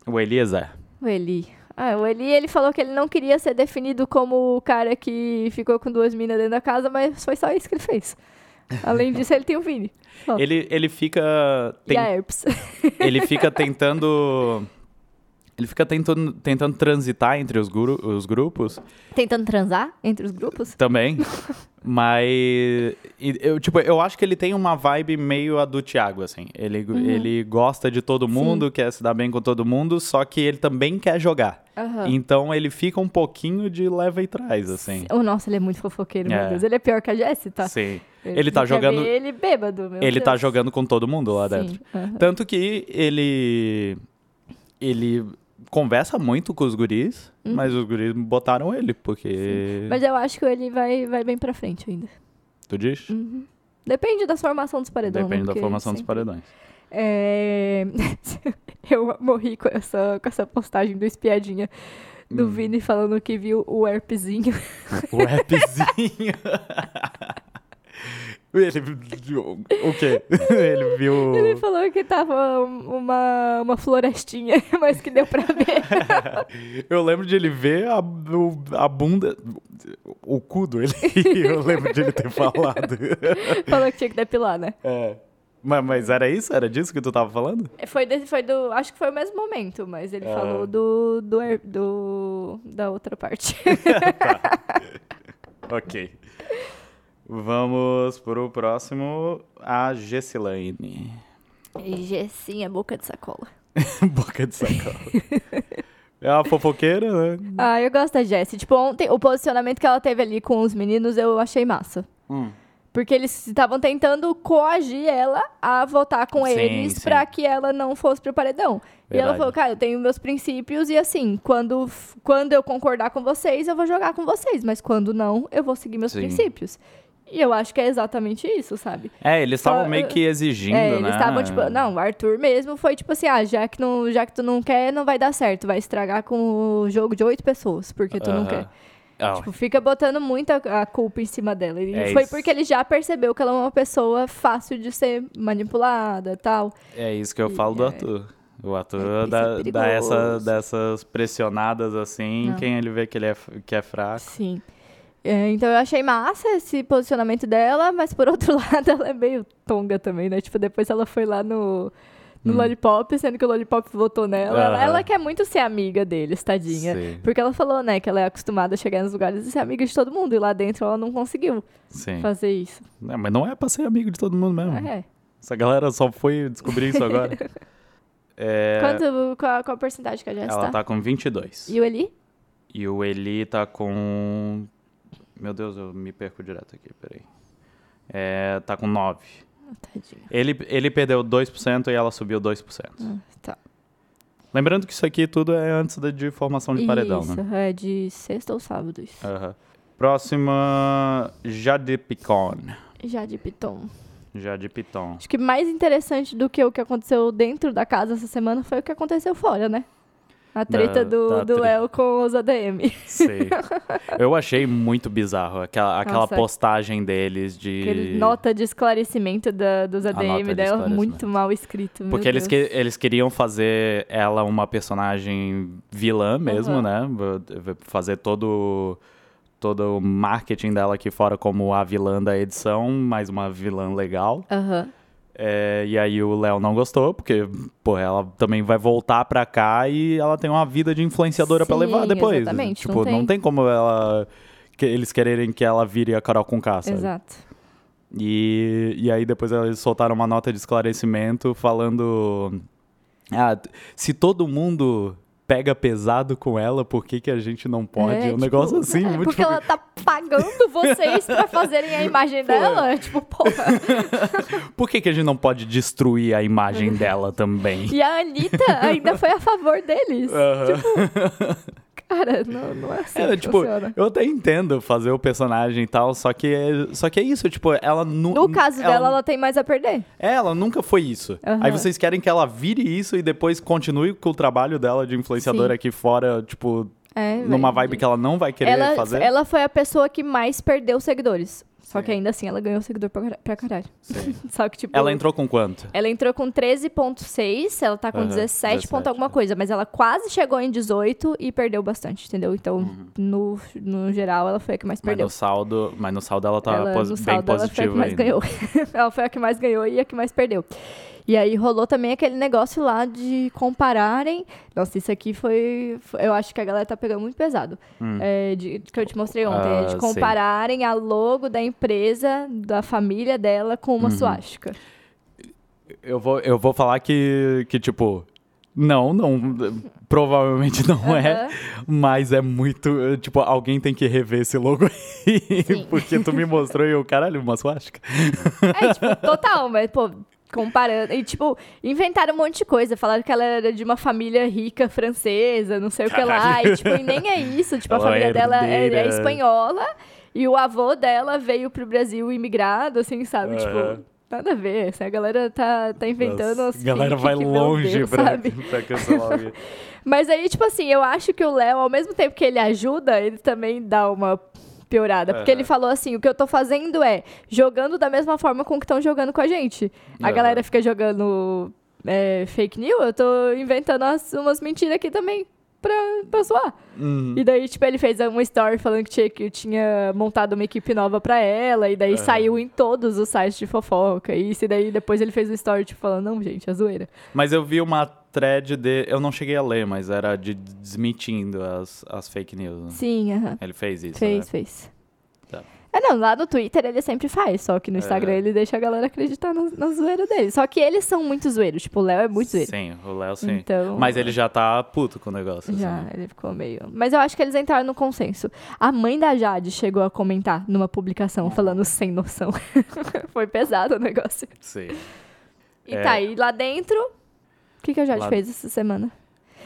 Speaker 2: O Eliezer.
Speaker 1: O Eli. Ah, o Eli, ele falou que ele não queria ser definido como o cara que ficou com duas minas dentro da casa, mas foi só isso que ele fez. Além disso, ele tem o Vini. Bom,
Speaker 2: Ele, ele fica.
Speaker 1: E a
Speaker 2: ten-
Speaker 1: Herpes.
Speaker 2: Ele fica tentando. Ele fica tentando, tentando transitar entre os, guru, os grupos
Speaker 1: Tentando transar entre os grupos?
Speaker 2: também. Mas. e Eu, tipo, eu acho que ele tem uma vibe meio a do Thiago, assim. Ele,
Speaker 1: Uhum.
Speaker 2: ele gosta de todo mundo, quer se dar bem com todo mundo, só que ele também quer jogar.
Speaker 1: Aham.
Speaker 2: Então ele fica um pouquinho de leva e trás, assim.
Speaker 1: Oh, nossa, ele é muito fofoqueiro, meu
Speaker 2: É.
Speaker 1: Deus. Ele é pior que a Jessie, tá?
Speaker 2: Sim. Ele tá
Speaker 1: Você quer
Speaker 2: jogando.
Speaker 1: ver Ele bêbado, meu
Speaker 2: Ele
Speaker 1: Deus.
Speaker 2: tá jogando com todo mundo lá
Speaker 1: Sim,
Speaker 2: dentro.
Speaker 1: aham.
Speaker 2: Tanto que ele. Ele conversa muito com os guris, mas os guris botaram ele, porque.
Speaker 1: Uhum. Mas eu acho que ele vai, vai bem pra frente ainda. Uhum.
Speaker 2: Tu diz?
Speaker 1: um Depende da formação dos paredões.
Speaker 2: Depende da formação dos paredões.
Speaker 1: É... eu morri com essa, com essa postagem do espiadinha
Speaker 2: Hum.
Speaker 1: do Vini falando que viu o herpesinho.
Speaker 2: O rapzinho. ele. viu- O quê? Ele viu.
Speaker 1: Ele falou que tava um- uma, uma florestinha, mas que deu pra ver.
Speaker 2: Eu lembro de ele ver a, o- a bunda. O cu do ele. Eu lembro de ele ter falado.
Speaker 1: falou que tinha que depilar, né?
Speaker 2: É. Mas, mas era isso? Era disso que tu tava falando?
Speaker 1: Foi, desse, foi do. Acho que foi o mesmo momento, mas ele
Speaker 2: Ah.
Speaker 1: falou do, do, her- do. da outra parte.
Speaker 2: Ok. Vamos pro próximo, a Gessilane.
Speaker 1: Gessinha, boca de sacola.
Speaker 2: Boca de sacola. É uma fofoqueira, né?
Speaker 1: Ah, eu gosto da Jessie. Tipo, ontem, o posicionamento que ela teve ali com os meninos, eu achei massa.
Speaker 2: Hum.
Speaker 1: Porque eles estavam tentando coagir ela a votar com
Speaker 2: Sim,
Speaker 1: eles
Speaker 2: sim.
Speaker 1: pra que ela não fosse pro paredão. E ela
Speaker 2: Verdade.
Speaker 1: falou, cara, eu tenho meus princípios e assim, quando, f- quando eu concordar com vocês, eu vou jogar com vocês. Mas quando não, eu vou seguir meus
Speaker 2: Sim.
Speaker 1: princípios. E eu acho que é exatamente isso, sabe?
Speaker 2: É, eles estavam
Speaker 1: Só-
Speaker 2: meio que exigindo,
Speaker 1: É,
Speaker 2: né?
Speaker 1: eles estavam tipo, não, o Arthur mesmo foi tipo assim, ah, já que, não, já que tu não quer, não vai dar certo, vai estragar com o jogo de oito pessoas, porque tu não
Speaker 2: Aham.
Speaker 1: quer.
Speaker 2: Ah,
Speaker 1: Tipo, fica botando muita a culpa em cima dela. E
Speaker 2: É
Speaker 1: foi
Speaker 2: isso.
Speaker 1: porque ele já percebeu que ela é uma pessoa fácil de ser manipulada tal.
Speaker 2: É isso que eu falo do Arthur. O Arthur
Speaker 1: isso é
Speaker 2: dá, dá essa-
Speaker 1: perigoso.
Speaker 2: dessas pressionadas assim,
Speaker 1: Não.
Speaker 2: quem ele vê que ele é, f- que é fraco.
Speaker 1: Sim. É, então eu achei massa esse posicionamento dela, mas por outro lado ela é meio tonga também, né? Tipo, depois ela foi lá no, no Lollipop, sendo que o Lollipop votou nela. Ela,
Speaker 2: Hum. Aham.
Speaker 1: ela quer muito ser amiga deles, tadinha.
Speaker 2: Sim.
Speaker 1: Porque ela falou, né, que ela é acostumada a chegar nos lugares e ser amiga de todo mundo. E lá dentro ela não conseguiu
Speaker 2: Sim. Hum.
Speaker 1: fazer isso.
Speaker 2: Não, mas não é pra ser amigo de todo mundo mesmo.
Speaker 1: É.
Speaker 2: Essa galera só foi descobrir isso agora. É,
Speaker 1: Quanto, qual, qual a porcentagem que a Jess
Speaker 2: ela tá com 22.
Speaker 1: E o Eli?
Speaker 2: E o Eli tá com. Meu Deus, eu me perco direto aqui, peraí. É, tá com 9.
Speaker 1: Ah, Tadinho.
Speaker 2: Ele, ele perdeu 2% e ela subiu 2%.
Speaker 1: Tá.
Speaker 2: Lembrando que isso aqui tudo é antes da- de formação de paredão,
Speaker 1: Isso,
Speaker 2: né?
Speaker 1: é de sexta ou sábado isso.
Speaker 2: Aham. Próxima, Jade Picon.
Speaker 1: Já de Piton.
Speaker 2: Jade Piton.
Speaker 1: Acho que mais interessante do que o que aconteceu dentro da casa essa semana foi o que aconteceu fora, né? A treta
Speaker 2: Da-
Speaker 1: do,
Speaker 2: da
Speaker 1: do
Speaker 2: tre-
Speaker 1: Léo com os ADM.
Speaker 2: Sei. Eu achei muito bizarro aquela, aquela
Speaker 1: Nossa.
Speaker 2: postagem deles de.
Speaker 1: Aquele nota de esclarecimento da- dos
Speaker 2: nota
Speaker 1: ADM dela,
Speaker 2: de esclarecimento.
Speaker 1: muito mal escrito. meu
Speaker 2: Porque eles, que,
Speaker 1: Deus.
Speaker 2: eles queriam fazer ela uma personagem vilã mesmo,
Speaker 1: Aham.
Speaker 2: né? V- Fazer todo, todo o marketing dela aqui fora como a vilã da edição, mais uma vilã legal.
Speaker 1: Aham.
Speaker 2: É, e aí o Léo não gostou, porque, pô, ela também vai voltar pra cá e ela tem uma vida de influenciadora pra
Speaker 1: Sim,
Speaker 2: levar depois.
Speaker 1: exatamente,
Speaker 2: Tipo,
Speaker 1: não
Speaker 2: não
Speaker 1: tem.
Speaker 2: tem, como ela... Que eles quererem que ela vire a Carol com sabe?
Speaker 1: Exato.
Speaker 2: E, e aí depois eles soltaram uma nota de esclarecimento falando. Ah, t- se todo mundo pega pesado com ela, por que, que a gente não pode?
Speaker 1: É,
Speaker 2: um
Speaker 1: tipo,
Speaker 2: negócio assim,
Speaker 1: é,
Speaker 2: muito
Speaker 1: Porque ela tá pagando vocês pra fazerem a imagem dela. É Tipo, porra.
Speaker 2: tipo, Por que, que a gente não pode destruir a imagem dela também?
Speaker 1: tipo E a Anitta ainda foi a favor deles.
Speaker 2: Aham.
Speaker 1: Cara, não, não é assim.
Speaker 2: É,
Speaker 1: que
Speaker 2: tipo,
Speaker 1: funciona.
Speaker 2: eu até entendo fazer o personagem e tal, só que é, só que é isso, tipo, ela nu,
Speaker 1: No caso
Speaker 2: ela,
Speaker 1: dela, ela tem mais a perder.
Speaker 2: é, ela nunca foi isso.
Speaker 1: Aham.
Speaker 2: Aí vocês querem que ela vire isso e depois continue com o trabalho dela de influenciadora
Speaker 1: Sim.
Speaker 2: aqui fora, tipo,
Speaker 1: É,
Speaker 2: numa
Speaker 1: vai-
Speaker 2: vibe que ela não vai querer
Speaker 1: ela,
Speaker 2: fazer.
Speaker 1: ela foi a pessoa que mais perdeu seguidores. Só
Speaker 2: Sim.
Speaker 1: que ainda assim, ela ganhou seguidor pra, cara- pra caralho.
Speaker 2: Sim.
Speaker 1: Só que, tipo...
Speaker 2: Ela entrou com quanto?
Speaker 1: Ela entrou com 13.6, ela tá com
Speaker 2: Aham,
Speaker 1: 17, ponto
Speaker 2: 17,
Speaker 1: alguma
Speaker 2: é.
Speaker 1: coisa, mas ela quase chegou em 18 e perdeu bastante, entendeu? Então, no, no geral, ela foi a que mais
Speaker 2: Uhum. Mas
Speaker 1: perdeu.
Speaker 2: no saldo, mas no saldo ela tá
Speaker 1: ela,
Speaker 2: pos-
Speaker 1: no
Speaker 2: bem
Speaker 1: saldo, ela foi a que
Speaker 2: positiva
Speaker 1: mais
Speaker 2: ainda.
Speaker 1: ganhou. ela foi a que mais ganhou e a que mais perdeu. E aí rolou também aquele negócio lá de compararem. Nossa, isso aqui foi. foi- Eu acho que a galera tá pegando muito pesado. É, de- que eu te mostrei ontem. é,
Speaker 2: Hum. Ah,
Speaker 1: de
Speaker 2: sim.
Speaker 1: compararem a logo da empresa, da família dela, com
Speaker 2: Uhum.
Speaker 1: uma suástica.
Speaker 2: Eu vou, eu vou falar que, que, tipo, não, não, provavelmente não é, mas é muito, eh, tipo, alguém tem que rever esse logo aí,
Speaker 1: Sim.
Speaker 2: porque tu me mostrou e eu, caralho, uma suástica.
Speaker 1: É, tipo, total, mas, pô, comparando. E, tipo, inventaram um monte de coisa. Falaram que ela era de uma família rica francesa, não sei o que lá.
Speaker 2: Caralho.
Speaker 1: E, tipo, e nem é isso. Tipo,
Speaker 2: Ela
Speaker 1: a família
Speaker 2: é
Speaker 1: dela é, é
Speaker 2: herdeira.
Speaker 1: espanhola e o avô dela veio pro Brasil imigrado, assim, sabe?
Speaker 2: Aham.
Speaker 1: Tipo, nada a ver. Assim, a galera tá, tá inventando
Speaker 2: Nossa,
Speaker 1: as
Speaker 2: a galera
Speaker 1: fic
Speaker 2: vai
Speaker 1: que, meu
Speaker 2: longe
Speaker 1: Deus,
Speaker 2: pra,
Speaker 1: sabe?
Speaker 2: pra cancelar alguém.
Speaker 1: Mas aí, tipo assim, eu acho que o Léo, ao mesmo tempo que ele ajuda, ele também dá uma piorada. Porque
Speaker 2: Aham.
Speaker 1: ele falou assim: o que eu tô fazendo é jogando da mesma forma com que estão jogando com a gente. A
Speaker 2: Aham.
Speaker 1: galera fica jogando é, fake news, eu tô inventando umas, umas mentiras aqui também. Pra, pra zoar.
Speaker 2: Uhum.
Speaker 1: E daí, tipo, ele fez uma story falando que tinha, que tinha montado uma equipe nova pra ela, e daí
Speaker 2: Aham.
Speaker 1: saiu em todos os sites de fofoca. E isso, e daí depois ele fez um story, tipo, falando, não, gente, é zoeira.
Speaker 2: Mas eu vi uma thread de, eu não cheguei a ler, mas era de desmentindo as, as fake news, né?
Speaker 1: Sim, aham.
Speaker 2: Ele fez isso,
Speaker 1: Fez,
Speaker 2: né?
Speaker 1: fez.
Speaker 2: Tá.
Speaker 1: É, não, lá no Twitter ele sempre faz, só que no Instagram
Speaker 2: É.
Speaker 1: ele deixa a galera acreditar na, na zoeira dele. Só que eles são muito zoeiros, tipo, o Léo é muito zoeiro.
Speaker 2: Sim, o Léo sim.
Speaker 1: Então-
Speaker 2: Mas ele já tá puto com o negócio, assim,
Speaker 1: Já,
Speaker 2: né?
Speaker 1: ele ficou meio. Mas eu acho que eles entraram no consenso. A mãe da Jade chegou a comentar numa publicação falando sem noção. Foi pesado o negócio.
Speaker 2: Sim.
Speaker 1: E
Speaker 2: É.
Speaker 1: tá aí lá dentro. O que, que a Jade
Speaker 2: Lá-
Speaker 1: fez essa semana?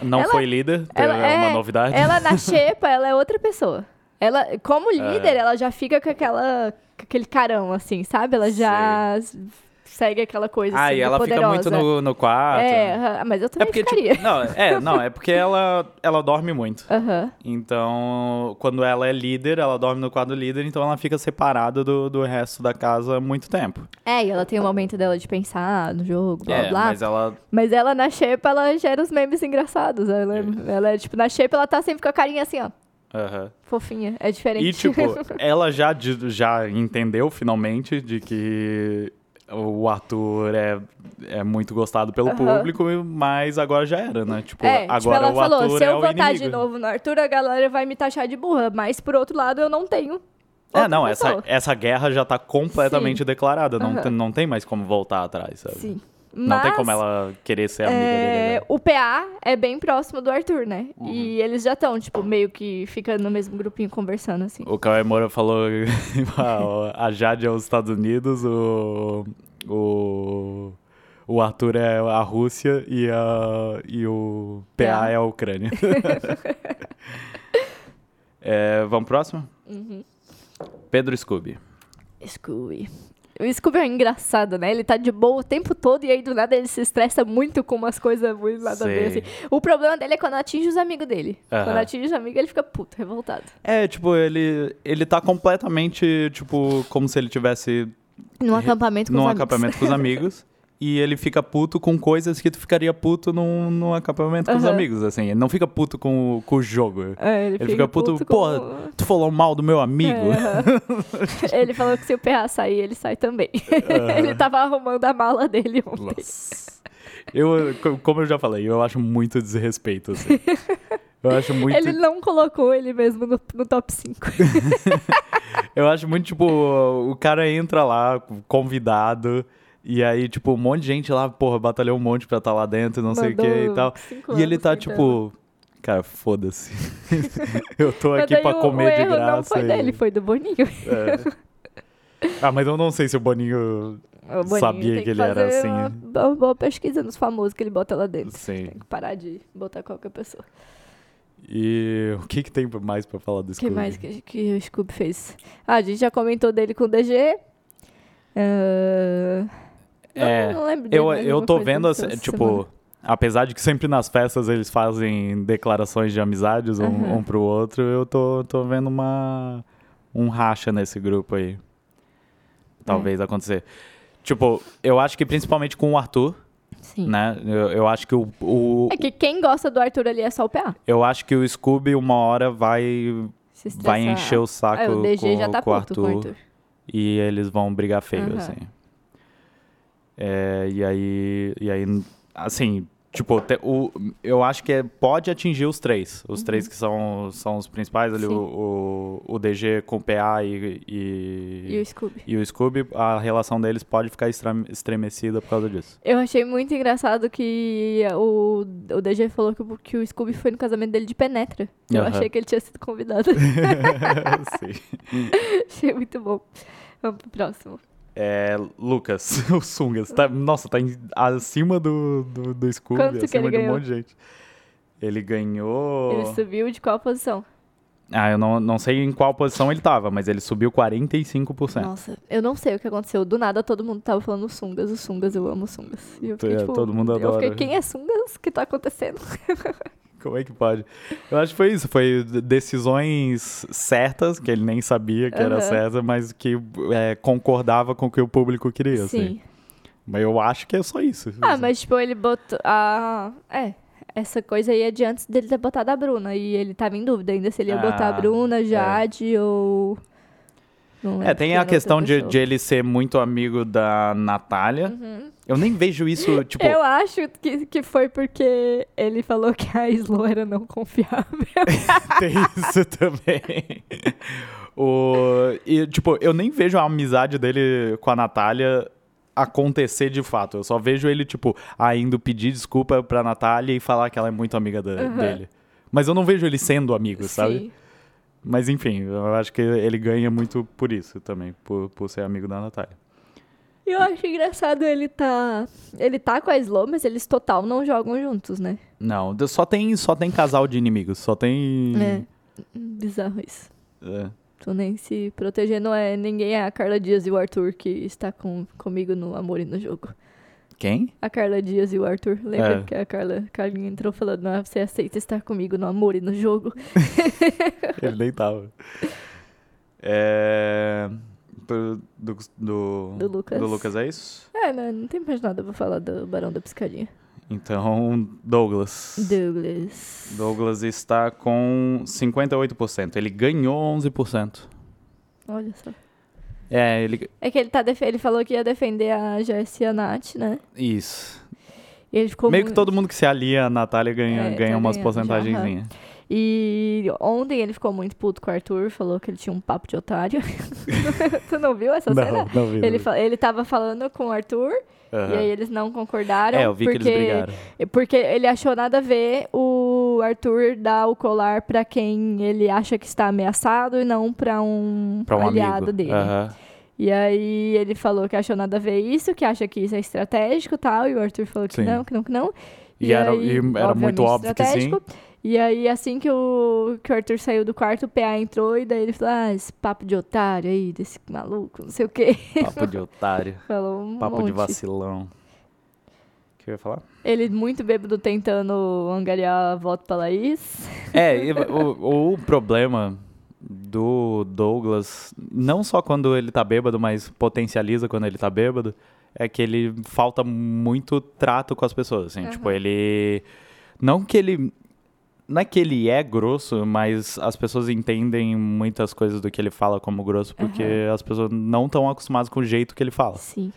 Speaker 2: Não
Speaker 1: Ela-
Speaker 2: foi líder,
Speaker 1: ela
Speaker 2: é uma
Speaker 1: é-
Speaker 2: novidade.
Speaker 1: Ela na xepa, ela é outra pessoa. Ela,
Speaker 2: É.
Speaker 1: como líder, ela já fica com aquela com aquele carão, assim, sabe? Ela já s- segue aquela coisa
Speaker 2: Ah,
Speaker 1: assim,
Speaker 2: e
Speaker 1: do
Speaker 2: ela fica
Speaker 1: poderosa.
Speaker 2: muito no, no quarto.
Speaker 1: É, aham, mas eu
Speaker 2: É
Speaker 1: também
Speaker 2: porque,
Speaker 1: ficaria.
Speaker 2: tipo, não, é, não, é porque ela, ela dorme muito.
Speaker 1: Aham.
Speaker 2: Então, quando ela é líder, ela dorme no quarto do líder, então ela fica separada do, do resto da casa há muito tempo.
Speaker 1: É, e ela tem o momento dela de pensar no jogo, blá
Speaker 2: é,
Speaker 1: blá.
Speaker 2: mas ela.
Speaker 1: Mas ela na xepa, ela gera os memes engraçados. Ela, ela é, tipo, na xepa, ela tá sempre com a carinha assim, ó,
Speaker 2: aham.
Speaker 1: fofinha. É diferente.
Speaker 2: E, tipo, ela já, di- já entendeu finalmente de que o Arthur é, é muito gostado pelo
Speaker 1: Aham.
Speaker 2: público, mas agora já era, né? Tipo,
Speaker 1: É,
Speaker 2: agora
Speaker 1: tipo, ela
Speaker 2: o
Speaker 1: falou,
Speaker 2: Arthur
Speaker 1: se
Speaker 2: é
Speaker 1: eu
Speaker 2: o
Speaker 1: votar
Speaker 2: inimigo.
Speaker 1: de novo no Arthur, a galera vai me taxar de burra. Mas, por outro lado, eu não tenho.
Speaker 2: É,
Speaker 1: outra
Speaker 2: não, essa,
Speaker 1: pessoa.
Speaker 2: essa guerra já tá completamente
Speaker 1: Sim.
Speaker 2: declarada. Não,
Speaker 1: Aham.
Speaker 2: tem, não tem mais como voltar atrás, sabe?
Speaker 1: Sim.
Speaker 2: é- Não tem
Speaker 1: Mas,
Speaker 2: como ela querer ser amiga
Speaker 1: é,
Speaker 2: dele. né? Uhum.
Speaker 1: O PA é bem próximo do Arthur, né? E eles já estão, tipo, meio que ficando no mesmo grupinho conversando, assim.
Speaker 2: O Cauê Moura falou "Ah, a Jade é os Estados Unidos, o, o, o Arthur é a Rússia e, a, e o PA é a Ucrânia. É, vamos pro próximo?
Speaker 1: Uhum.
Speaker 2: Pedro Scooby.
Speaker 1: Scooby. O Scooby é engraçado, né? Ele tá de boa o tempo todo e aí do nada ele se estressa muito com umas coisas muito nada a ver,
Speaker 2: Sei.
Speaker 1: assim. O problema dele é quando atinge os amigos dele.
Speaker 2: Aham.
Speaker 1: Quando atinge os amigos, ele fica puto, revoltado.
Speaker 2: É, tipo, ele, ele tá completamente, tipo, como se ele tivesse
Speaker 1: Num acampamento com
Speaker 2: num
Speaker 1: os amigos.
Speaker 2: acampamento com os amigos. E ele fica puto com coisas que tu ficaria puto num, num acampamento com os
Speaker 1: Aham.
Speaker 2: amigos, assim. Ele não fica puto com, o- com o jogo.
Speaker 1: É, ele,
Speaker 2: Ele fica puto,
Speaker 1: puto com-
Speaker 2: porra, tu falou mal do meu amigo.
Speaker 1: É, ele falou que se o PA sair, ele sai também.
Speaker 2: É.
Speaker 1: ele tava arrumando a mala dele ontem.
Speaker 2: Nossa. Eu, co- como eu já falei, eu acho muito desrespeito, assim. Eu acho muito,
Speaker 1: Ele não colocou ele mesmo no, no top 5.
Speaker 2: eu acho muito, tipo, o cara entra lá, convidado, e aí, tipo, um monte de gente lá, porra, batalhou um monte pra estar lá dentro, não sei o que e tal. E ele
Speaker 1: então.
Speaker 2: tá, tipo, cara, foda-se. eu tô aqui pra
Speaker 1: o
Speaker 2: comer de
Speaker 1: erro
Speaker 2: graça.
Speaker 1: não foi
Speaker 2: e-
Speaker 1: dele, foi do Boninho.
Speaker 2: É. Ah, mas eu não sei se o Boninho
Speaker 1: O Boninho
Speaker 2: Sabia
Speaker 1: tem
Speaker 2: que ele era
Speaker 1: fazer
Speaker 2: assim,
Speaker 1: Uma, uma boa pesquisa nos famosos que ele bota lá dentro.
Speaker 2: Sim.
Speaker 1: Tem que parar de botar qualquer pessoa.
Speaker 2: E o que, que tem mais pra falar
Speaker 1: O
Speaker 2: do
Speaker 1: que
Speaker 2: Scooby?
Speaker 1: mais que, que o Scooby fez? Ah, a gente já comentou dele com o DG. Ah,
Speaker 2: É,
Speaker 1: não, não lembro dele
Speaker 2: Eu,
Speaker 1: mais
Speaker 2: eu
Speaker 1: alguma
Speaker 2: tô
Speaker 1: coisa
Speaker 2: vendo,
Speaker 1: dessa
Speaker 2: assim,
Speaker 1: semana.
Speaker 2: tipo, apesar de que sempre nas festas eles fazem declarações de amizades um,
Speaker 1: Aham.
Speaker 2: um pro outro, eu tô, tô vendo uma, um racha nesse grupo aí.
Speaker 1: É.
Speaker 2: Talvez acontecer. Tipo, eu acho que principalmente com o Arthur,
Speaker 1: Sim.
Speaker 2: né? Eu, eu acho que o, o-
Speaker 1: É que quem gosta do Arthur ali é só o PA.
Speaker 2: eu acho que o Scooby uma hora vai,
Speaker 1: Se estressar.
Speaker 2: vai encher o saco
Speaker 1: Ah, o DG
Speaker 2: com,
Speaker 1: já tá
Speaker 2: com o
Speaker 1: puto com o Arthur.
Speaker 2: e eles vão brigar feio,
Speaker 1: Aham.
Speaker 2: assim. É, e aí, e aí, assim, tipo, te- o, eu acho que é- pode atingir os três. Os três que são, são os principais ali,
Speaker 1: Uhum. Sim.
Speaker 2: o, o, o DG com o PA e, e,
Speaker 1: E o Scooby.
Speaker 2: e o Scooby, a relação deles pode ficar estra- estremecida por causa disso.
Speaker 1: Eu achei muito engraçado que o, o DG falou que, o- que o Scooby foi no casamento dele de penetra. Eu
Speaker 2: Aham.
Speaker 1: achei que ele tinha sido convidado.
Speaker 2: Sim.
Speaker 1: achei muito bom. Vamos pro próximo.
Speaker 2: É, Lucas, o Sungas, tá, nossa, tá em- acima do, do, do Scooby,
Speaker 1: Quanto que
Speaker 2: acima
Speaker 1: ele
Speaker 2: de um
Speaker 1: ganhou?
Speaker 2: monte de gente. Ele ganhou...
Speaker 1: Ele subiu de qual posição?
Speaker 2: Ah, eu não, não sei em qual posição ele tava, mas ele subiu 45%.
Speaker 1: Nossa, eu não sei o que aconteceu. Do nada todo mundo tava falando sungas, os sungas, eu amo sungas. E eu fiquei,
Speaker 2: É,
Speaker 1: tipo,
Speaker 2: todo mundo
Speaker 1: Eu fiquei,
Speaker 2: adora.
Speaker 1: quem é sungas? O que tá acontecendo?
Speaker 2: Como é que pode? Eu acho que foi isso, foi decisões certas, que ele nem sabia que era
Speaker 1: Aham.
Speaker 2: certa, mas que é, concordava com o que o público queria, assim.
Speaker 1: Sim.
Speaker 2: Mas eu acho que é só isso.
Speaker 1: Ah, mas tipo, ele botou. Ah, é. Essa coisa aí é de antes dele ter botado a Bruna. E ele tava em dúvida ainda se ele ia botar a
Speaker 2: Ah,
Speaker 1: Bruna, Jade ou. Não
Speaker 2: É,
Speaker 1: lembro quem
Speaker 2: tem
Speaker 1: era
Speaker 2: a
Speaker 1: outra
Speaker 2: questão de,
Speaker 1: pessoa.
Speaker 2: de ele ser muito amigo da Natália.
Speaker 1: Uhum.
Speaker 2: Eu nem vejo isso, tipo...
Speaker 1: Eu acho que, que foi porque ele falou que a Slow era não confiável.
Speaker 2: Tem isso também. O, e, tipo, eu nem vejo a amizade dele com a Natália acontecer de fato. Eu só vejo ele, tipo, ainda pedir desculpa pra Natália e falar que ela é muito amiga da-
Speaker 1: Aham.
Speaker 2: dele. Mas eu não vejo ele sendo amigo, sabe?
Speaker 1: Sim.
Speaker 2: Mas enfim, eu acho que ele ganha muito por isso também, por, por ser amigo da Natália.
Speaker 1: Eu acho engraçado ele tá. Ele tá com a Slow, mas eles total não jogam juntos, né?
Speaker 2: Não, só tem, só tem casal de inimigos, só tem.
Speaker 1: É. Bizarro isso.
Speaker 2: É.
Speaker 1: Tô nem se protegendo, é ninguém é a Carla Dias e o Arthur que está com, comigo no amor e no jogo.
Speaker 2: Quem?
Speaker 1: A Carla Dias e o Arthur, lembra
Speaker 2: É.
Speaker 1: que a Carla Carlinha entrou falando, "Ah, você aceita estar comigo no amor e no jogo?
Speaker 2: Ele nem tava. É. Do, do, do,
Speaker 1: Do Lucas.
Speaker 2: do Lucas, é isso?
Speaker 1: É, não, não tem mais nada pra falar do Barão da Piscadinha.
Speaker 2: Então, Douglas.
Speaker 1: Douglas.
Speaker 2: Douglas está com 58%. Ele ganhou 11%.
Speaker 1: Olha só.
Speaker 2: É, ele.
Speaker 1: É que ele, tá defe- ele falou que ia defender a Jess e a Nath, né?
Speaker 2: Isso.
Speaker 1: E ele ficou
Speaker 2: Meio que
Speaker 1: muito-
Speaker 2: todo mundo que se alia à Natália ganha,
Speaker 1: É,
Speaker 2: ganha
Speaker 1: tá ganhando
Speaker 2: umas
Speaker 1: já,
Speaker 2: porcentagenzinhas.
Speaker 1: E ontem ele ficou muito puto com o Arthur, falou que ele tinha um papo de otário. tu não viu essa cena?
Speaker 2: não vi.
Speaker 1: Ele, fa- ele tava falando com o Arthur,
Speaker 2: Aham.
Speaker 1: e aí eles não concordaram.
Speaker 2: É, eu vi
Speaker 1: porque...
Speaker 2: que eles brigaram.
Speaker 1: Porque ele achou nada a ver o Arthur dar o colar pra quem ele acha que está ameaçado e não pra um,
Speaker 2: Pra um
Speaker 1: aliado
Speaker 2: amigo.
Speaker 1: dele.
Speaker 2: Aham.
Speaker 1: E aí ele falou que achou nada a ver isso, que acha que isso é estratégico e tal, e o Arthur falou que
Speaker 2: Sim.
Speaker 1: não, que não, que não.
Speaker 2: E era- e era
Speaker 1: obviamente,
Speaker 2: muito óbvio que sim.
Speaker 1: estratégico. E aí, assim que o, que o Arthur saiu do quarto, o PA entrou e daí ele falou: Ah, esse papo de otário aí, desse maluco, não sei o quê.
Speaker 2: Papo de otário.
Speaker 1: Falou um
Speaker 2: Papo de
Speaker 1: monte.
Speaker 2: vacilão. O que eu ia falar?
Speaker 1: Ele muito bêbado tentando angariar voto pra Laís.
Speaker 2: É, e o, o problema do Douglas, não só quando ele tá bêbado, mas potencializa quando ele tá bêbado, é que ele falta muito trato com as pessoas, assim. Tipo, ele... Não que ele... Não é que ele é grosso, mas as pessoas entendem muitas coisas do que ele fala como grosso, porque as pessoas não estão acostumadas com o jeito que ele fala.
Speaker 1: Sim.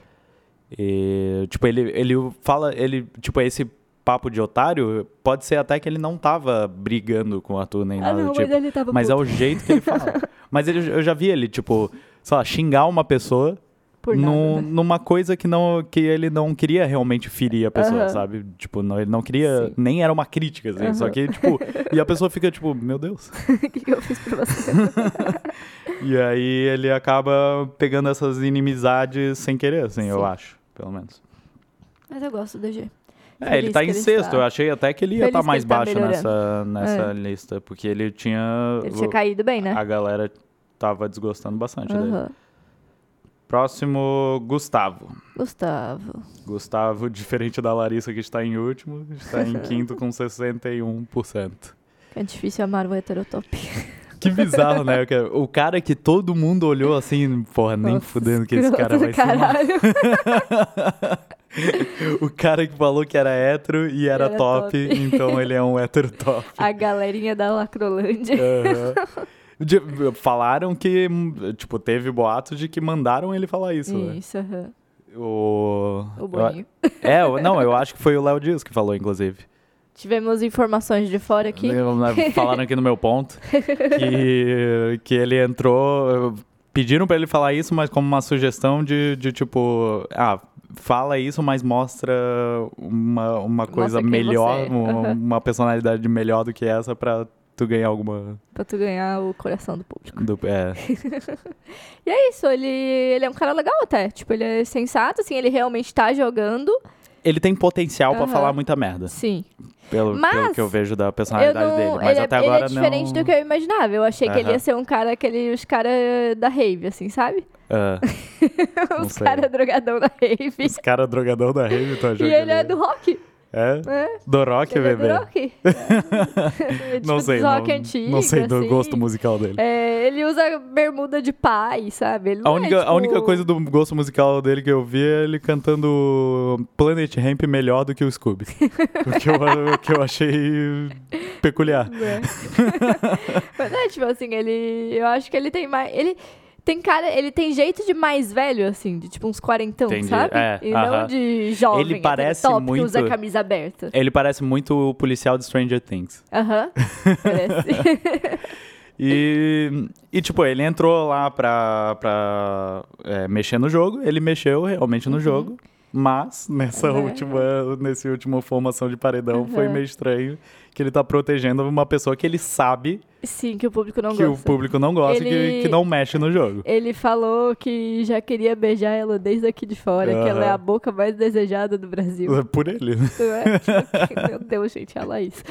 Speaker 2: E, tipo, ele, ele fala, ele, tipo, esse papo de otário, pode ser até que ele não tava brigando com o Arthur nem
Speaker 1: Ah,
Speaker 2: nada
Speaker 1: não,
Speaker 2: do tipo.
Speaker 1: mas ele tava
Speaker 2: Mas é
Speaker 1: puto
Speaker 2: o jeito que ele fala. mas ele, eu já vi ele, tipo, sei lá, xingar uma pessoa
Speaker 1: por
Speaker 2: num-
Speaker 1: nada. né?
Speaker 2: numa coisa que, não, que ele não queria realmente ferir a pessoa,
Speaker 1: Aham.
Speaker 2: sabe? Tipo, não, ele não queria,
Speaker 1: Sim.
Speaker 2: nem era uma crítica, assim, só
Speaker 1: Aham.
Speaker 2: que, tipo, e a pessoa fica, tipo, meu Deus.
Speaker 1: O que que eu fiz pra você?
Speaker 2: E aí ele acaba pegando essas inimizades sem querer, assim, eu
Speaker 1: Sim.
Speaker 2: acho, pelo menos.
Speaker 1: Mas eu gosto do DG.
Speaker 2: É, ele
Speaker 1: Feliz
Speaker 2: tá
Speaker 1: que
Speaker 2: em sexto. Eu achei até que ele ia
Speaker 1: Feliz
Speaker 2: estar
Speaker 1: que
Speaker 2: mais
Speaker 1: ele tá
Speaker 2: baixo
Speaker 1: melhorando. É.
Speaker 2: nessa, nessa lista, porque ele tinha.
Speaker 1: Ele tinha caído bem, né?
Speaker 2: A galera tava desgostando bastante dele.
Speaker 1: Aham.
Speaker 2: Próximo, Gustavo.
Speaker 1: Gustavo.
Speaker 2: Gustavo, diferente da Larissa, que está em último, está em quinto com 61%.
Speaker 1: É difícil amar o heterotop.
Speaker 2: Que bizarro, né? Que- O cara que todo mundo olhou assim, porra, nem
Speaker 1: Nossa,
Speaker 2: fudendo que esse cara vai
Speaker 1: escroto do
Speaker 2: ser.
Speaker 1: caralho.
Speaker 2: O cara que falou que era hétero e era,
Speaker 1: Era
Speaker 2: top,
Speaker 1: top.
Speaker 2: então ele é um hétero top.
Speaker 1: A galerinha da Lacrolândia.
Speaker 2: Aham. De- Falaram que, tipo, teve boato de que mandaram ele falar isso, né?
Speaker 1: Isso, aham.
Speaker 2: O...
Speaker 1: o Boninho.
Speaker 2: É, eu- não, eu acho que foi o Léo Dias que falou, inclusive. Né,
Speaker 1: Tivemos informações de fora aqui.
Speaker 2: Falaram aqui no meu ponto que, que ele entrou. Pediram pra ele falar isso, mas como uma sugestão de, de tipo, ah, fala isso, mas mostra uma, uma coisa
Speaker 1: quem
Speaker 2: melhor,
Speaker 1: você é.
Speaker 2: uma,
Speaker 1: Aham.
Speaker 2: uma personalidade melhor do que essa pra tu ganhar alguma.
Speaker 1: Pra tu ganhar o coração do público. É
Speaker 2: Do, é.
Speaker 1: Isso, ele, ele é um cara legal até. Tipo, ele é sensato, assim, ele realmente tá jogando.
Speaker 2: Ele tem potencial pra
Speaker 1: Aham.
Speaker 2: falar muita merda,
Speaker 1: Sim.
Speaker 2: pelo, pelo
Speaker 1: Mas
Speaker 2: que eu vejo da
Speaker 1: Eu
Speaker 2: personalidade
Speaker 1: não,
Speaker 2: dele. Mas
Speaker 1: ele, é-
Speaker 2: até
Speaker 1: ele
Speaker 2: agora
Speaker 1: é diferente
Speaker 2: não.
Speaker 1: do que eu imaginava. Eu achei que ele
Speaker 2: Aham.
Speaker 1: ia ser um cara, aquele, os caras da rave, assim, sabe?
Speaker 2: Ah, Não
Speaker 1: os
Speaker 2: sei.
Speaker 1: caras drogadão da rave.
Speaker 2: esse cara é drogador da rave, tu
Speaker 1: E
Speaker 2: achou que
Speaker 1: ele é do rock,
Speaker 2: É?
Speaker 1: né?
Speaker 2: Do rock,
Speaker 1: Ele é
Speaker 2: bebê?
Speaker 1: do rock. É, tipo,
Speaker 2: não sei,
Speaker 1: do rock
Speaker 2: não,
Speaker 1: antigo,
Speaker 2: não sei do
Speaker 1: assim.
Speaker 2: gosto musical dele.
Speaker 1: É, ele usa bermuda de pai, sabe? Ele
Speaker 2: a,
Speaker 1: não é,
Speaker 2: única, a
Speaker 1: tipo,
Speaker 2: única coisa do gosto musical dele que eu vi é ele cantando Planet Ramp melhor do que o Scooby. o, que eu, o que eu achei peculiar.
Speaker 1: né? Mas é, tipo assim, ele. Eu acho que ele tem mais. Ele tem cara. Ele tem jeito de mais velho, assim, de tipo uns quarentão,
Speaker 2: Entendi,
Speaker 1: sabe?
Speaker 2: é,
Speaker 1: e
Speaker 2: aham.
Speaker 1: não de jovem.
Speaker 2: Ele
Speaker 1: aquele
Speaker 2: parece
Speaker 1: top
Speaker 2: muito-
Speaker 1: que usa camisa aberta.
Speaker 2: Ele parece muito o policial de Stranger Things.
Speaker 1: Aham. parece.
Speaker 2: E, e, tipo, ele entrou lá pra, pra é, mexer no jogo, ele mexeu realmente no jogo, mas nessa
Speaker 1: Uhum.
Speaker 2: última, nesse último formação de paredão foi
Speaker 1: Uhum.
Speaker 2: meio estranho que ele tá protegendo uma pessoa que ele sabe
Speaker 1: Sim, que o público não
Speaker 2: que o
Speaker 1: gosta.
Speaker 2: público não gosta e que,
Speaker 1: Ele-
Speaker 2: que não mexe no jogo.
Speaker 1: Ele falou que já queria beijar ela desde aqui de fora, que ela é
Speaker 2: Aham.
Speaker 1: a boca mais desejada do Brasil.
Speaker 2: Por ele. né?
Speaker 1: Não é? Tipo, que- meu Deus, gente, é a Laís.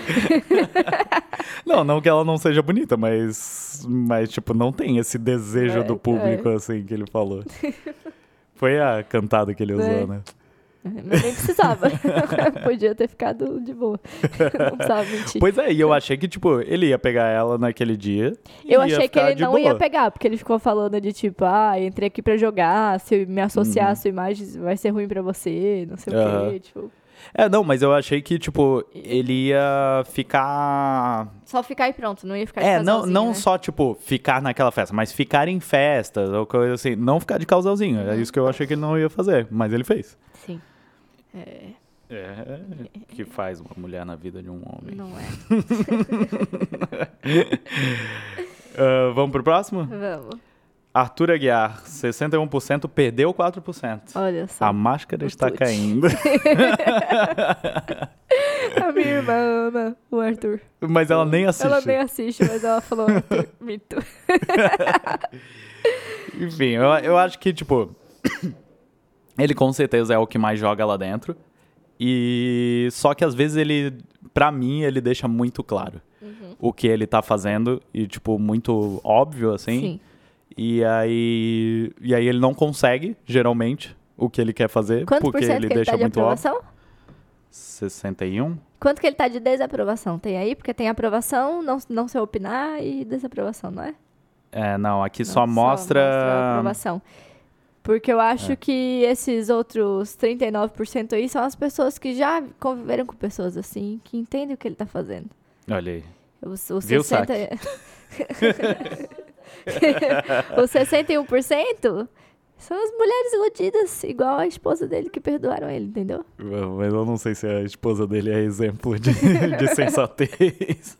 Speaker 2: Não, não que ela não seja bonita, mas, mas tipo, não tem esse desejo
Speaker 1: É,
Speaker 2: do público, assim, que ele falou. Foi a cantada que ele usou,
Speaker 1: É.
Speaker 2: né?
Speaker 1: Mas nem precisava. Podia ter ficado de boa. Não precisava mentir.
Speaker 2: Pois é, e eu achei que, tipo, ele ia pegar ela naquele dia. e
Speaker 1: eu
Speaker 2: ia
Speaker 1: achei que
Speaker 2: ficar
Speaker 1: ele
Speaker 2: de
Speaker 1: não
Speaker 2: boa.
Speaker 1: ia pegar, porque ele ficou falando de tipo, ah, entrei aqui pra jogar, se eu me associar à sua imagem vai ser ruim pra você, não sei o
Speaker 2: Uhum. Aham.
Speaker 1: quê. Tipo,
Speaker 2: É, não, mas eu achei que, tipo, ele ia ficar.
Speaker 1: só ficar e pronto, não ia ficar de
Speaker 2: É, não,
Speaker 1: casalzinho,
Speaker 2: não
Speaker 1: né?
Speaker 2: só, tipo, ficar naquela festa, mas ficar em festas ou coisa assim. Não ficar de causalzinho.
Speaker 1: Uhum.
Speaker 2: É isso que eu achei que ele não ia fazer, mas ele fez.
Speaker 1: Sim. É,
Speaker 2: É, que faz uma mulher na vida de um homem.
Speaker 1: não é.
Speaker 2: Ah, vamos pro próximo?
Speaker 1: Vamos.
Speaker 2: Arthur Aguiar, 61%, perdeu 4%.
Speaker 1: Olha só.
Speaker 2: A máscara
Speaker 1: O
Speaker 2: está
Speaker 1: Tuti.
Speaker 2: caindo.
Speaker 1: A minha irmã ama o Arthur.
Speaker 2: Mas ela nem assiste.
Speaker 1: Ela nem assiste, mas ela falou Arthur, mito.
Speaker 2: Enfim, eu, eu acho que, tipo, ele com certeza é o que mais joga lá dentro. E só que às vezes ele, pra mim, ele deixa muito claro
Speaker 1: Uhum.
Speaker 2: o que ele tá fazendo e, tipo, muito óbvio, assim. E aí, e aí ele não consegue, geralmente, o que ele quer fazer,
Speaker 1: Quanto por
Speaker 2: porque
Speaker 1: cento
Speaker 2: ele
Speaker 1: que ele
Speaker 2: deixa
Speaker 1: tá de
Speaker 2: muito óbvio.
Speaker 1: aprovação?
Speaker 2: 61?
Speaker 1: Quanto que ele tá de desaprovação? Tem aí? Porque tem aprovação, não, não se opinar e desaprovação, não é?
Speaker 2: É, não, aqui
Speaker 1: Não,
Speaker 2: só
Speaker 1: a
Speaker 2: mostra. É.
Speaker 1: aprovação. Porque eu acho que esses outros 39% aí são as pessoas que já conviveram com pessoas assim, que entendem o que ele tá fazendo.
Speaker 2: Olha aí.
Speaker 1: Os, os
Speaker 2: Viu,
Speaker 1: 60... os 61% são as mulheres iludidas, igual a esposa dele que perdoaram ele, entendeu?
Speaker 2: Mas eu não sei se a esposa dele é exemplo de, de sensatez.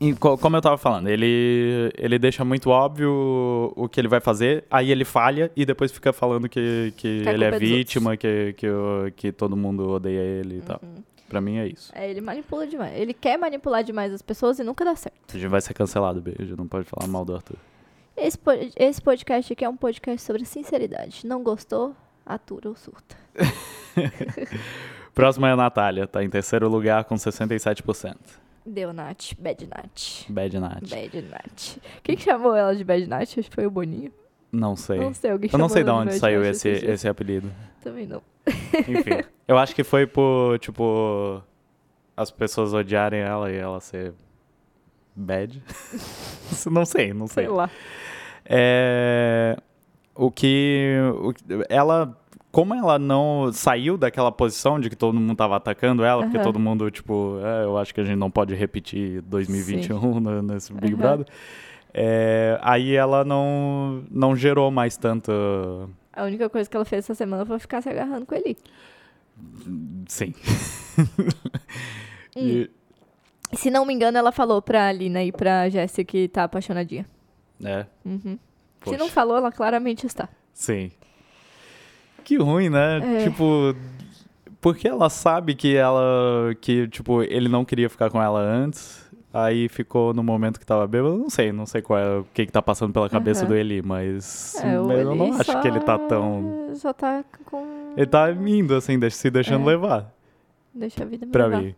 Speaker 2: E co- como eu tava falando, ele, ele deixa muito óbvio o que ele vai fazer, aí ele falha e depois fica falando que, que
Speaker 1: Que a
Speaker 2: ele é
Speaker 1: culpa é dos
Speaker 2: vítima, que, que, o- que todo mundo odeia ele e tal.
Speaker 1: Uhum.
Speaker 2: Pra mim é isso.
Speaker 1: É, ele manipula demais. Ele quer manipular demais as pessoas e nunca dá certo.
Speaker 2: A gente vai ser cancelado, beijo. Não pode falar mal do Arthur.
Speaker 1: Esse, po- esse podcast aqui é um podcast sobre sinceridade. Não gostou? atura ou surta.
Speaker 2: Próxima é a Natália, tá em terceiro lugar com 67%.
Speaker 1: Deu Nath, bad Nath.
Speaker 2: Bad Nath.
Speaker 1: Bad Nath. Quem que chamou ela de Bad Nath? Acho que foi o Boninho.
Speaker 2: Não sei.
Speaker 1: Não sei, alguém
Speaker 2: Eu
Speaker 1: chamou
Speaker 2: não sei de
Speaker 1: ela
Speaker 2: onde
Speaker 1: Bad
Speaker 2: saiu
Speaker 1: Nath
Speaker 2: esse,
Speaker 1: esses dias.
Speaker 2: esse apelido.
Speaker 1: Também não.
Speaker 2: Enfim. Eu acho que foi por, tipo, as pessoas odiarem ela e ela ser bad. Isso não sei, não sei.
Speaker 1: Sei lá.
Speaker 2: É, o que o que- ela como ela não saiu daquela posição de que todo mundo tava atacando ela, porque
Speaker 1: Aham.
Speaker 2: todo mundo, tipo, "É, eu acho que a gente não pode repetir 2021 no- um nesse Big
Speaker 1: Aham.
Speaker 2: Brother. É, aí ela não, não gerou mais tanto.
Speaker 1: A única coisa que ela fez essa semana foi ficar se agarrando com ele.
Speaker 2: Sim.
Speaker 1: Hum.
Speaker 2: E-
Speaker 1: E, Se não me engano, ela falou pra Alina e pra Jéssica que tá apaixonadinha.
Speaker 2: é,
Speaker 1: Uhum. Se
Speaker 2: poxa.
Speaker 1: não falou, ela claramente está.
Speaker 2: Sim. Que ruim, né?
Speaker 1: É.
Speaker 2: Tipo, porque ela sabe que ela que tipo, ele não queria ficar com ela antes. Aí ficou no momento que tava bêbado, não sei, não sei qual é, o que que tá passando pela cabeça
Speaker 1: Aham.
Speaker 2: do Eli, mas,
Speaker 1: É, o
Speaker 2: mas eu
Speaker 1: Eli
Speaker 2: não acho
Speaker 1: só-
Speaker 2: que ele tá tão,
Speaker 1: Só tá com.
Speaker 2: ele tá indo assim, deix- se deixando
Speaker 1: É.
Speaker 2: levar,
Speaker 1: Deixa a vida me
Speaker 2: pra
Speaker 1: levar.
Speaker 2: mim.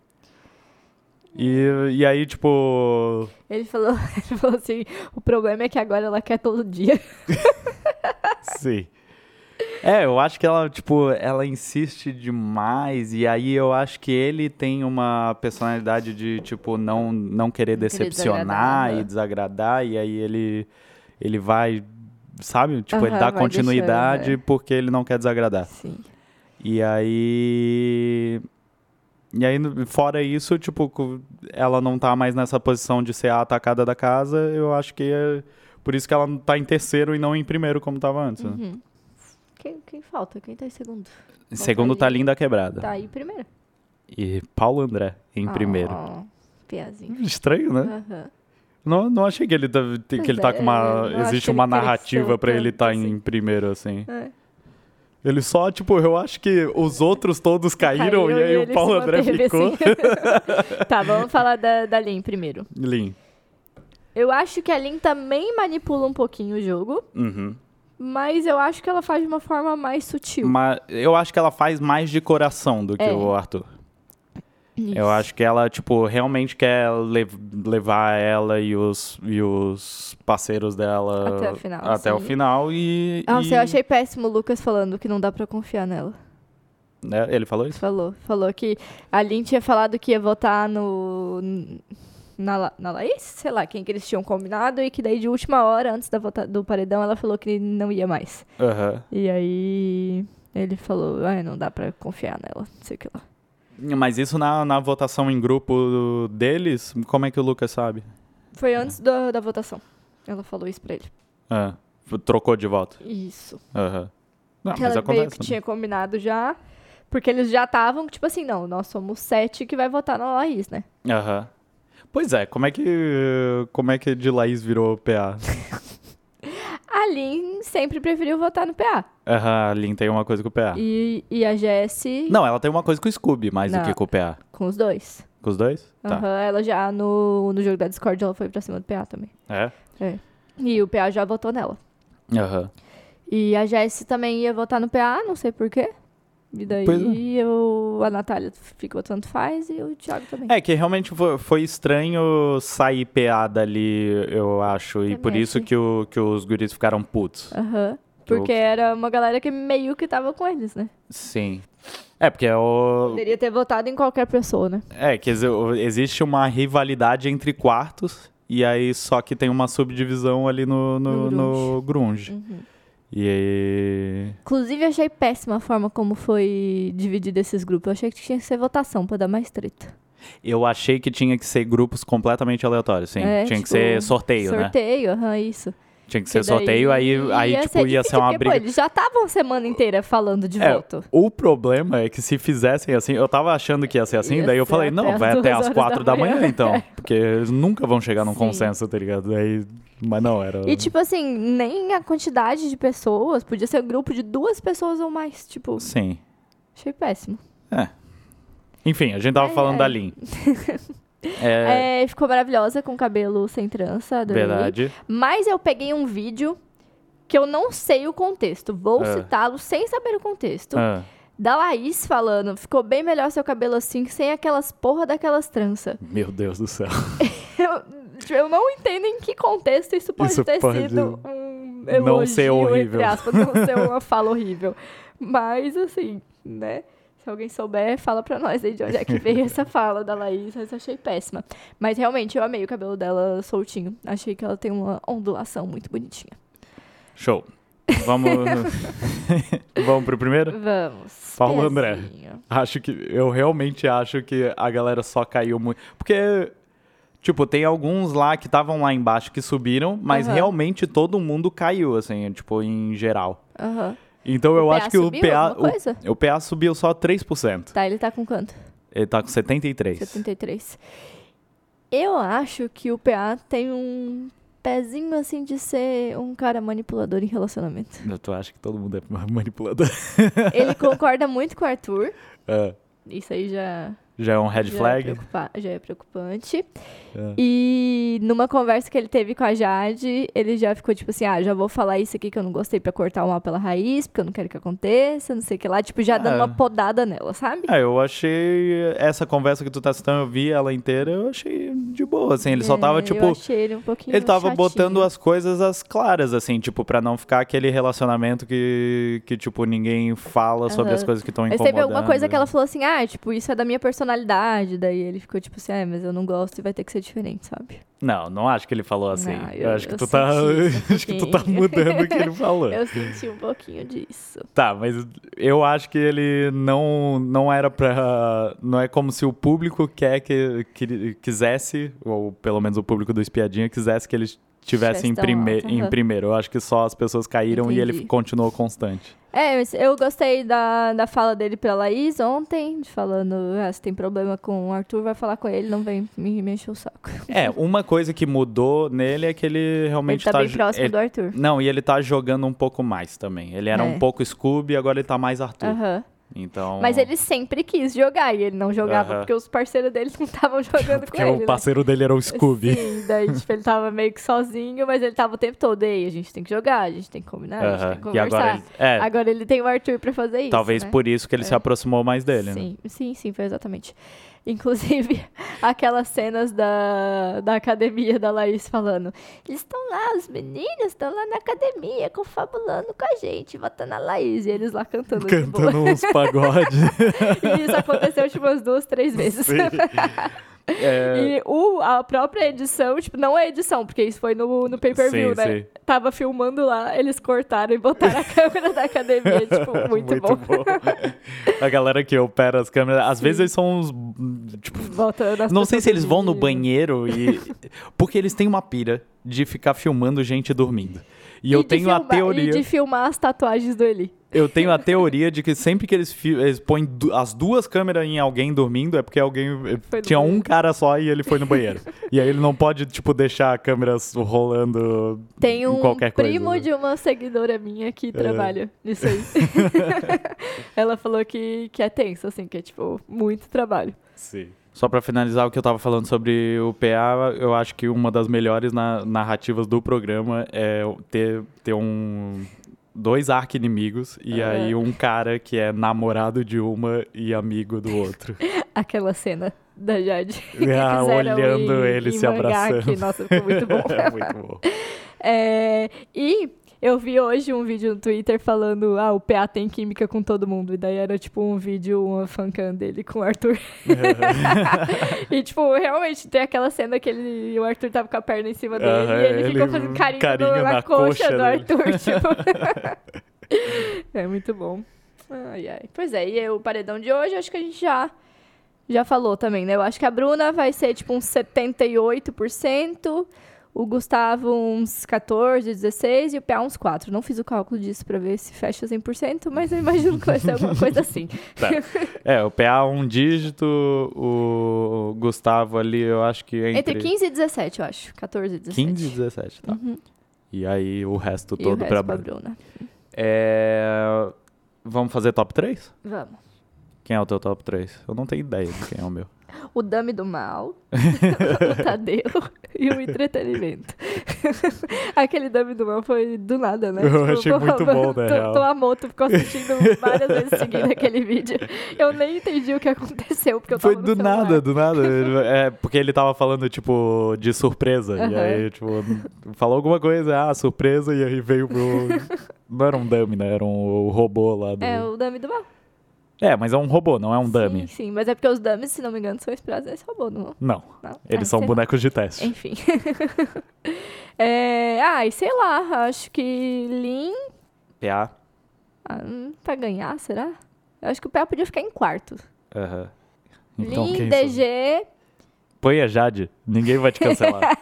Speaker 2: E, e aí, tipo,
Speaker 1: Ele falou, ele falou assim: o problema é que agora ela quer todo dia.
Speaker 2: Sim. É, eu acho que ela, tipo, ela insiste demais e aí eu acho que ele tem uma personalidade de, tipo, não, não querer
Speaker 1: querer
Speaker 2: decepcionar
Speaker 1: desagradar, né?
Speaker 2: e desagradar e aí ele, ele vai, sabe? Tipo, ele
Speaker 1: Aham,
Speaker 2: dá
Speaker 1: vai é.
Speaker 2: continuidade
Speaker 1: deixando,
Speaker 2: porque ele não quer desagradar.
Speaker 1: Sim.
Speaker 2: E aí... E aí, no- fora isso, tipo, co- ela não tá mais nessa posição de ser a atacada da casa, eu acho que é por isso que ela tá em terceiro e não em primeiro como tava antes, né?
Speaker 1: Uhum. Quem, quem falta? Quem tá em segundo?
Speaker 2: Em segundo tá Linda Quebrada.
Speaker 1: Tá aí primeiro.
Speaker 2: E Paulo André em primeiro.
Speaker 1: Ah, Piazinho.
Speaker 2: Estranho, né?
Speaker 1: Aham.
Speaker 2: Não, não achei que ele tá, que
Speaker 1: Pois
Speaker 2: ele tá
Speaker 1: é,
Speaker 2: com
Speaker 1: eu
Speaker 2: uma.
Speaker 1: não acho
Speaker 2: Existe
Speaker 1: que ele
Speaker 2: uma
Speaker 1: cresceu
Speaker 2: narrativa pra ele
Speaker 1: tanto,
Speaker 2: tá
Speaker 1: assim.
Speaker 2: em primeiro, assim.
Speaker 1: É.
Speaker 2: Ele só, tipo, eu acho que os outros todos caíram, e aí
Speaker 1: ele
Speaker 2: o Paulo
Speaker 1: se
Speaker 2: André
Speaker 1: manteve
Speaker 2: ficou.
Speaker 1: assim. tá, vamos falar da, da Lin primeiro.
Speaker 2: Lin.
Speaker 1: Eu acho que a Lin também manipula um pouquinho o jogo,
Speaker 2: Uhum.
Speaker 1: mas eu acho que ela faz de uma forma mais sutil.
Speaker 2: Mas eu acho que ela faz mais de coração do que
Speaker 1: É.
Speaker 2: o Arthur.
Speaker 1: Isso.
Speaker 2: Eu acho que ela, tipo, realmente quer le- levar ela e os, e os parceiros dela
Speaker 1: Até o final,
Speaker 2: até o
Speaker 1: sim.
Speaker 2: final e.
Speaker 1: Nossa,
Speaker 2: e-
Speaker 1: eu achei péssimo o Lucas falando que não dá pra confiar nela.
Speaker 2: né? Ele falou isso?
Speaker 1: Falou. Falou que a Lin tinha falado que ia votar no. Na, La- na Laís? Sei lá, quem que eles tinham combinado, e que daí de última hora, antes da vota, do paredão, ela falou que não ia mais.
Speaker 2: Aham.
Speaker 1: E aí ele falou, ai, não dá pra confiar nela, não sei o que lá.
Speaker 2: Mas isso na, na votação em grupo deles, como é que o Lucas sabe?
Speaker 1: Foi antes da, da votação. Ela falou isso pra ele.
Speaker 2: Ah, trocou de voto.
Speaker 1: Isso.
Speaker 2: Aham. Não,
Speaker 1: que
Speaker 2: Ah, mas
Speaker 1: ela meio
Speaker 2: acontece. né?
Speaker 1: que tinha combinado já. Porque eles já estavam, tipo assim, não, nós somos sete que vai votar na Laís, né?
Speaker 2: né? Aham. Pois é, como é que. Como é que de Laís virou PA?
Speaker 1: A Lin sempre preferiu votar no PA.
Speaker 2: Aham, a Lin tem uma coisa com o PA.
Speaker 1: E, e a Jessie
Speaker 2: Tá. Não, ela tem uma coisa com o Scooby mais do
Speaker 1: Não.
Speaker 2: que com o PA.
Speaker 1: com os dois.
Speaker 2: Com os dois? Tá.
Speaker 1: Aham, ela já no, no jogo da Discord ela foi pra cima do PA também.
Speaker 2: É?
Speaker 1: E o PA já votou nela.
Speaker 2: Aham.
Speaker 1: E a Jessie também ia votar no PA, não sei porquê. E daí
Speaker 2: Pois é.
Speaker 1: eu, a Natália ficou tanto faz e o Thiago também.
Speaker 2: É que realmente fo- foi estranho sair PA dali, eu acho.
Speaker 1: Também
Speaker 2: E por isso
Speaker 1: achei.
Speaker 2: que, o, que os guris ficaram putos.
Speaker 1: Aham.
Speaker 2: Que eu-
Speaker 1: Porque era uma galera que meio que tava com eles, né?
Speaker 2: Sim. É, porque o,
Speaker 1: Poderia ter votado em qualquer pessoa, né?
Speaker 2: É, quer dizer, o- existe uma rivalidade entre quartos, e aí só que tem uma subdivisão ali no, no,
Speaker 1: No Uhum.
Speaker 2: no grunge. E aí...
Speaker 1: Inclusive, achei péssima a forma como foi dividido esses grupos. Eu achei que tinha que ser votação pra dar mais treta.
Speaker 2: eu achei que tinha que ser grupos completamente aleatórios, sim.
Speaker 1: É,
Speaker 2: tinha que
Speaker 1: tipo,
Speaker 2: ser sorteio, né?
Speaker 1: Sorteio, aham, isso.
Speaker 2: Tinha que ser
Speaker 1: Que daí
Speaker 2: sorteio, aí, aí tipo, ia ser
Speaker 1: difícil,
Speaker 2: uma
Speaker 1: porque, pô,
Speaker 2: briga.
Speaker 1: eles já estavam semana inteira falando de
Speaker 2: É,
Speaker 1: voto.
Speaker 2: o problema é que se fizessem assim, eu tava achando que ia ser assim,
Speaker 1: Ia
Speaker 2: daí eu
Speaker 1: ser
Speaker 2: falei,
Speaker 1: até
Speaker 2: não,
Speaker 1: as
Speaker 2: vai
Speaker 1: duas
Speaker 2: até
Speaker 1: horas da
Speaker 2: às quatro da manhã,
Speaker 1: manhã. É.
Speaker 2: então. Porque eles nunca vão chegar num
Speaker 1: Sim.
Speaker 2: consenso, tá ligado? Daí, mas não, era...
Speaker 1: E, tipo assim, nem a quantidade de pessoas. Podia ser um grupo de duas pessoas ou mais. Tipo,
Speaker 2: Sim.
Speaker 1: achei péssimo.
Speaker 2: Enfim, a gente tava
Speaker 1: Ai,
Speaker 2: falando
Speaker 1: ai.
Speaker 2: da Lin. É,
Speaker 1: É, ficou maravilhosa com o cabelo sem trança. Adorei.
Speaker 2: Verdade.
Speaker 1: Mas eu peguei um vídeo que eu não sei o contexto. Vou
Speaker 2: Ah.
Speaker 1: citá-lo sem saber o contexto.
Speaker 2: Ah,
Speaker 1: Da Laís falando, ficou bem melhor seu cabelo assim que sem aquelas porra daquelas tranças.
Speaker 2: meu Deus do céu.
Speaker 1: Eu, tipo, eu não entendo em que contexto isso pode
Speaker 2: Isso
Speaker 1: ter
Speaker 2: pode
Speaker 1: sido um
Speaker 2: não
Speaker 1: elogio,
Speaker 2: ser horrível.
Speaker 1: entre aspas, não ser uma fala horrível. Mas, assim, né? Se alguém souber, fala pra nós aí de onde é que veio essa fala da Laís, mas eu achei péssima. Mas realmente eu amei o cabelo dela soltinho. Achei que ela tem uma ondulação muito bonitinha.
Speaker 2: Show. Vamos, Vamos pro primeiro?
Speaker 1: Vamos.
Speaker 2: Fala, André.
Speaker 1: pezinho.
Speaker 2: Acho que. Eu realmente acho que a galera só caiu muito. Porque. Tipo, tem alguns lá que estavam lá embaixo que subiram, mas
Speaker 1: Aham.
Speaker 2: realmente todo mundo caiu, assim, tipo, em geral.
Speaker 1: Aham.
Speaker 2: Então eu
Speaker 1: PA
Speaker 2: acho que
Speaker 1: subiu
Speaker 2: o PA.
Speaker 1: alguma coisa?
Speaker 2: O, o PA subiu só 3%.
Speaker 1: Tá, ele tá com quanto?
Speaker 2: Ele tá com 73.
Speaker 1: 73. Eu acho que o PA tem um pezinho assim de ser um cara manipulador em relacionamento.
Speaker 2: Tu acha que todo mundo é manipulador?
Speaker 1: Ele concorda muito com o Arthur.
Speaker 2: É,
Speaker 1: Isso aí já,
Speaker 2: já é um red
Speaker 1: já, é,
Speaker 2: flag?
Speaker 1: preocupa- já é preocupante.
Speaker 2: É.
Speaker 1: E numa conversa que ele teve com a Jade, ele já ficou tipo assim: ah, já vou falar isso aqui que eu não gostei pra cortar o mal pela raiz, porque eu não quero que aconteça, não sei o que lá. Tipo, já dando
Speaker 2: É.
Speaker 1: uma podada nela, sabe?
Speaker 2: É, eu achei. Essa conversa que tu tá citando, eu vi ela inteira, eu achei de boa, assim. Ele só
Speaker 1: É,
Speaker 2: tava,
Speaker 1: eu
Speaker 2: tipo.
Speaker 1: achei ele, um pouquinho
Speaker 2: Ele tava
Speaker 1: chatinho.
Speaker 2: botando as coisas às claras, assim, tipo, pra não ficar aquele relacionamento que, que tipo, ninguém fala sobre
Speaker 1: Aham.
Speaker 2: as coisas que estão
Speaker 1: Mas
Speaker 2: incomodando.
Speaker 1: teve alguma coisa que ela falou assim, ah, tipo, isso é da minha personalidade. Daí ele ficou tipo assim, ah, mas eu não gosto e vai ter que ser diferente, sabe?
Speaker 2: Não, não acho que ele falou assim.
Speaker 1: Não,
Speaker 2: eu,
Speaker 1: eu-
Speaker 2: acho que
Speaker 1: eu
Speaker 2: tu tá.
Speaker 1: senti isso um
Speaker 2: acho que tu tá
Speaker 1: pouquinho.
Speaker 2: mudando o que ele falou.
Speaker 1: Eu senti um pouquinho disso.
Speaker 2: Tá, mas eu acho que ele não, não era pra. Não é como se o público quer que, que- quisesse, ou pelo menos o público do Espiadinha quisesse que ele estivesse em,
Speaker 1: Estivesse tão
Speaker 2: prime,
Speaker 1: alto,
Speaker 2: em
Speaker 1: aham.
Speaker 2: primeiro. Eu acho que só as pessoas caíram e ele
Speaker 1: Entendi.
Speaker 2: continuou constante.
Speaker 1: É, mas eu gostei da, da fala dele pra Laís ontem, de falando, ah, se tem problema com o Arthur, vai falar com ele, não vem me, me encher o saco.
Speaker 2: É, uma coisa que mudou nele é que ele realmente
Speaker 1: ele tá, bem
Speaker 2: jo-
Speaker 1: próximo
Speaker 2: ele-
Speaker 1: do Arthur.
Speaker 2: Não, e ele tá jogando um pouco mais também. Ele era
Speaker 1: É.
Speaker 2: um pouco Scooby, agora ele tá mais Arthur.
Speaker 1: Aham.
Speaker 2: Então.
Speaker 1: Mas ele sempre quis jogar e ele não jogava
Speaker 2: Aham.
Speaker 1: porque os parceiros dele não estavam jogando
Speaker 2: Porque
Speaker 1: com ele.
Speaker 2: o
Speaker 1: né?
Speaker 2: parceiro dele era o Scooby.
Speaker 1: Sim, daí, tipo, ele tava meio que sozinho, mas ele tava o tempo todo. Ei, a gente tem que jogar, a gente tem que combinar, a gente
Speaker 2: Aham.
Speaker 1: tem que
Speaker 2: E
Speaker 1: conversar.
Speaker 2: agora ele. É,
Speaker 1: Agora ele tem o Arthur pra fazer isso.
Speaker 2: talvez
Speaker 1: né?
Speaker 2: por isso que ele se
Speaker 1: É.
Speaker 2: aproximou mais dele, né?
Speaker 1: Sim, sim, sim, foi exatamente. Inclusive, aquelas cenas da, da academia da Laís falando. Eles estão lá, os meninos estão lá na academia, confabulando com a gente, votando a Laís. E eles lá cantando. de boa.
Speaker 2: Cantando um. uns pagodes. assim.
Speaker 1: E isso aconteceu, tipo, umas duas, três vezes.
Speaker 2: Sim. É,
Speaker 1: E o, a própria edição, tipo, não é edição, porque isso foi no, no pay-per-view,
Speaker 2: Sim,
Speaker 1: né?
Speaker 2: sim.
Speaker 1: Tava filmando lá, eles cortaram e botaram a câmera da academia, tipo, muito, bom.
Speaker 2: é A galera que opera as câmeras, às
Speaker 1: Sim.
Speaker 2: vezes eles são uns. Tipo,
Speaker 1: Botando as
Speaker 2: não sei
Speaker 1: pessoas
Speaker 2: se eles vão no
Speaker 1: dormindo.
Speaker 2: banheiro e. Porque eles têm uma pira de ficar filmando gente dormindo. E, eu
Speaker 1: de
Speaker 2: tenho a
Speaker 1: filmar-
Speaker 2: teoria.
Speaker 1: E de filmar as tatuagens do Eli.
Speaker 2: Eu tenho a teoria de que sempre que eles, fi- eles põem du- as duas câmeras em alguém dormindo, é porque alguém.
Speaker 1: Foi no
Speaker 2: tinha um
Speaker 1: banheiro.
Speaker 2: cara só e ele foi no banheiro. e aí ele não pode, tipo, deixar a câmera rolando
Speaker 1: Tem
Speaker 2: em
Speaker 1: um
Speaker 2: qualquer coisa.
Speaker 1: primo
Speaker 2: né? É.
Speaker 1: de uma seguidora minha que trabalha nisso aí. Ela falou que, que é tenso, assim, que é, tipo, muito trabalho.
Speaker 2: Só pra finalizar o que eu tava falando sobre o PA, eu acho que uma das melhores na- narrativas do programa é ter, ter um dois arqui-inimigos e
Speaker 1: Aham.
Speaker 2: aí um cara que é namorado de uma e amigo do outro.
Speaker 1: Aquela cena da Jade. que
Speaker 2: Ah,
Speaker 1: fizeram
Speaker 2: olhando
Speaker 1: em-
Speaker 2: ele
Speaker 1: em
Speaker 2: se
Speaker 1: mangá, que,
Speaker 2: abraçando.
Speaker 1: nossa, ficou muito bom.
Speaker 2: É muito bom.
Speaker 1: É, e eu vi hoje um vídeo no Twitter falando, ah, o PA tem química com todo mundo. E daí era tipo um vídeo, uma fancam dele com o Arthur. e tipo, realmente tem aquela cena que ele, o Arthur tava com a perna em cima dele
Speaker 2: Aham,
Speaker 1: e ele, ficou
Speaker 2: ele-
Speaker 1: fazendo carinho,
Speaker 2: carinho
Speaker 1: no- na,
Speaker 2: na
Speaker 1: coxa,
Speaker 2: coxa
Speaker 1: do
Speaker 2: dele.
Speaker 1: Arthur. Tipo. é muito bom. Ai, ai. Pois é, e o paredão de hoje, acho que a gente já. Já falou também, né? Eu acho que a Bruna vai ser tipo uns 78%, o Gustavo uns 14, 16 e o PA uns 4. Não fiz o cálculo disso pra ver se fecha 100%, mas eu imagino que vai ser alguma coisa assim.
Speaker 2: Tá. É, o PA um dígito, o Gustavo ali, eu acho que entre,
Speaker 1: Entre 15 e 17, eu acho. 14 e 17.
Speaker 2: 15 e 17, tá.
Speaker 1: Uhum.
Speaker 2: E aí o
Speaker 1: E
Speaker 2: resto
Speaker 1: o
Speaker 2: todo
Speaker 1: resto né?
Speaker 2: pra
Speaker 1: pra
Speaker 2: baixo.
Speaker 1: Bruna.
Speaker 2: É... Vamos fazer top 3?
Speaker 1: Vamos.
Speaker 2: Quem é o teu top 3? Eu não tenho ideia de quem é o meu.
Speaker 1: O Dame do Mal, o Tadeu e o entretenimento. Aquele Dame do Mal foi do nada, né?
Speaker 2: Eu achei muito bom, na
Speaker 1: tu,
Speaker 2: real.
Speaker 1: tu amou, tu ficou assistindo várias vezes seguindo aquele vídeo. Eu nem entendi o que aconteceu, porque eu tava
Speaker 2: Foi
Speaker 1: no
Speaker 2: do
Speaker 1: celular.
Speaker 2: nada, do nada. É, porque ele tava falando, tipo, de surpresa. E
Speaker 1: Aham.
Speaker 2: aí, tipo, falou alguma coisa, ah, surpresa, e aí veio pro. Não era um dummy, né? Era um, o robô lá do.
Speaker 1: É o Dame do Mal.
Speaker 2: É, mas é um robô, não é um
Speaker 1: Sim,
Speaker 2: dummy.
Speaker 1: sim, mas é porque os dummies, se não me engano, são inspirados nesse robô, não?
Speaker 2: Não.
Speaker 1: não.
Speaker 2: Eles
Speaker 1: Ah,
Speaker 2: são
Speaker 1: sei lá.
Speaker 2: bonecos de teste.
Speaker 1: Enfim. é, ai, sei lá, acho que Lin
Speaker 2: PA.
Speaker 1: ah, hum, pra ganhar, será? Eu acho que o Pé podia ficar em quarto.
Speaker 2: Aham. Então,
Speaker 1: Lin,
Speaker 2: quem são?
Speaker 1: DG.
Speaker 2: Põe a Jade. Ninguém vai te cancelar.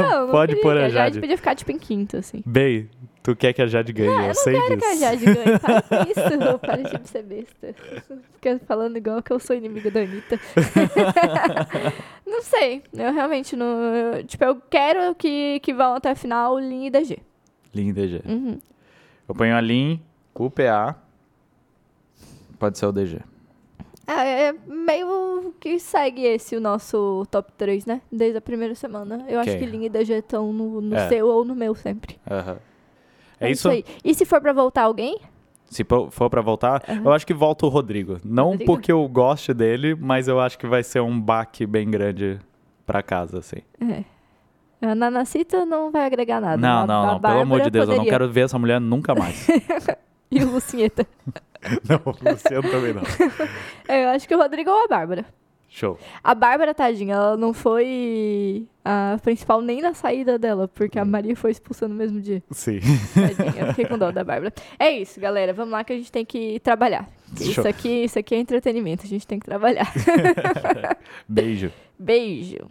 Speaker 1: Não, não
Speaker 2: Pode
Speaker 1: queria.
Speaker 2: pôr a
Speaker 1: A Jade
Speaker 2: Jade.
Speaker 1: podia ficar tipo em quinto, assim.
Speaker 2: Bey, tu quer que a Jade ganhe? eu, sei
Speaker 1: Ah, Quero que a
Speaker 2: disso.
Speaker 1: Jade ganhe. Para com tá? isso, para de ser besta. Fica falando igual que eu sou inimiga da Anitta. não sei. Eu realmente não. eu- tipo, eu quero que, que vão até a final Lin e DG.
Speaker 2: Lin DG.
Speaker 1: Uhum.
Speaker 2: Eu ponho a Lin, o PA. Pode ser o DG.
Speaker 1: Ah, é meio que segue esse o nosso top 3, né? Desde a primeira semana. Eu acho
Speaker 2: Ok.
Speaker 1: que Lin e DG estão no, no
Speaker 2: É.
Speaker 1: seu ou no meu sempre.
Speaker 2: Aham. É isso?
Speaker 1: aí. E se for pra voltar alguém?
Speaker 2: Se po- for pra voltar, eu acho que volta o Rodrigo. Não
Speaker 1: Rodrigo?
Speaker 2: porque eu goste dele, mas eu acho que vai ser um baque bem grande pra casa, assim.
Speaker 1: é. A Nanacita não vai agregar nada.
Speaker 2: não,
Speaker 1: A-
Speaker 2: não,
Speaker 1: a
Speaker 2: não. Pelo amor
Speaker 1: Ah, Bárbara
Speaker 2: de Deus, eu não
Speaker 1: poderia.
Speaker 2: quero ver essa mulher nunca mais.
Speaker 1: E o Lucinheta.
Speaker 2: não, Luciano também não.
Speaker 1: É, Eu acho que o Rodrigo ou a Bárbara.
Speaker 2: Show.
Speaker 1: A Bárbara, tadinha, ela não foi a principal nem na saída dela, porque a Maria foi expulsa no mesmo dia.
Speaker 2: Sim.
Speaker 1: Tadinha, eu fiquei com dó da Bárbara. É isso, galera. Vamos lá que a gente tem que trabalhar. Isso
Speaker 2: Show.
Speaker 1: aqui, isso aqui é entretenimento, a gente tem que trabalhar.
Speaker 2: Beijo.
Speaker 1: Beijo.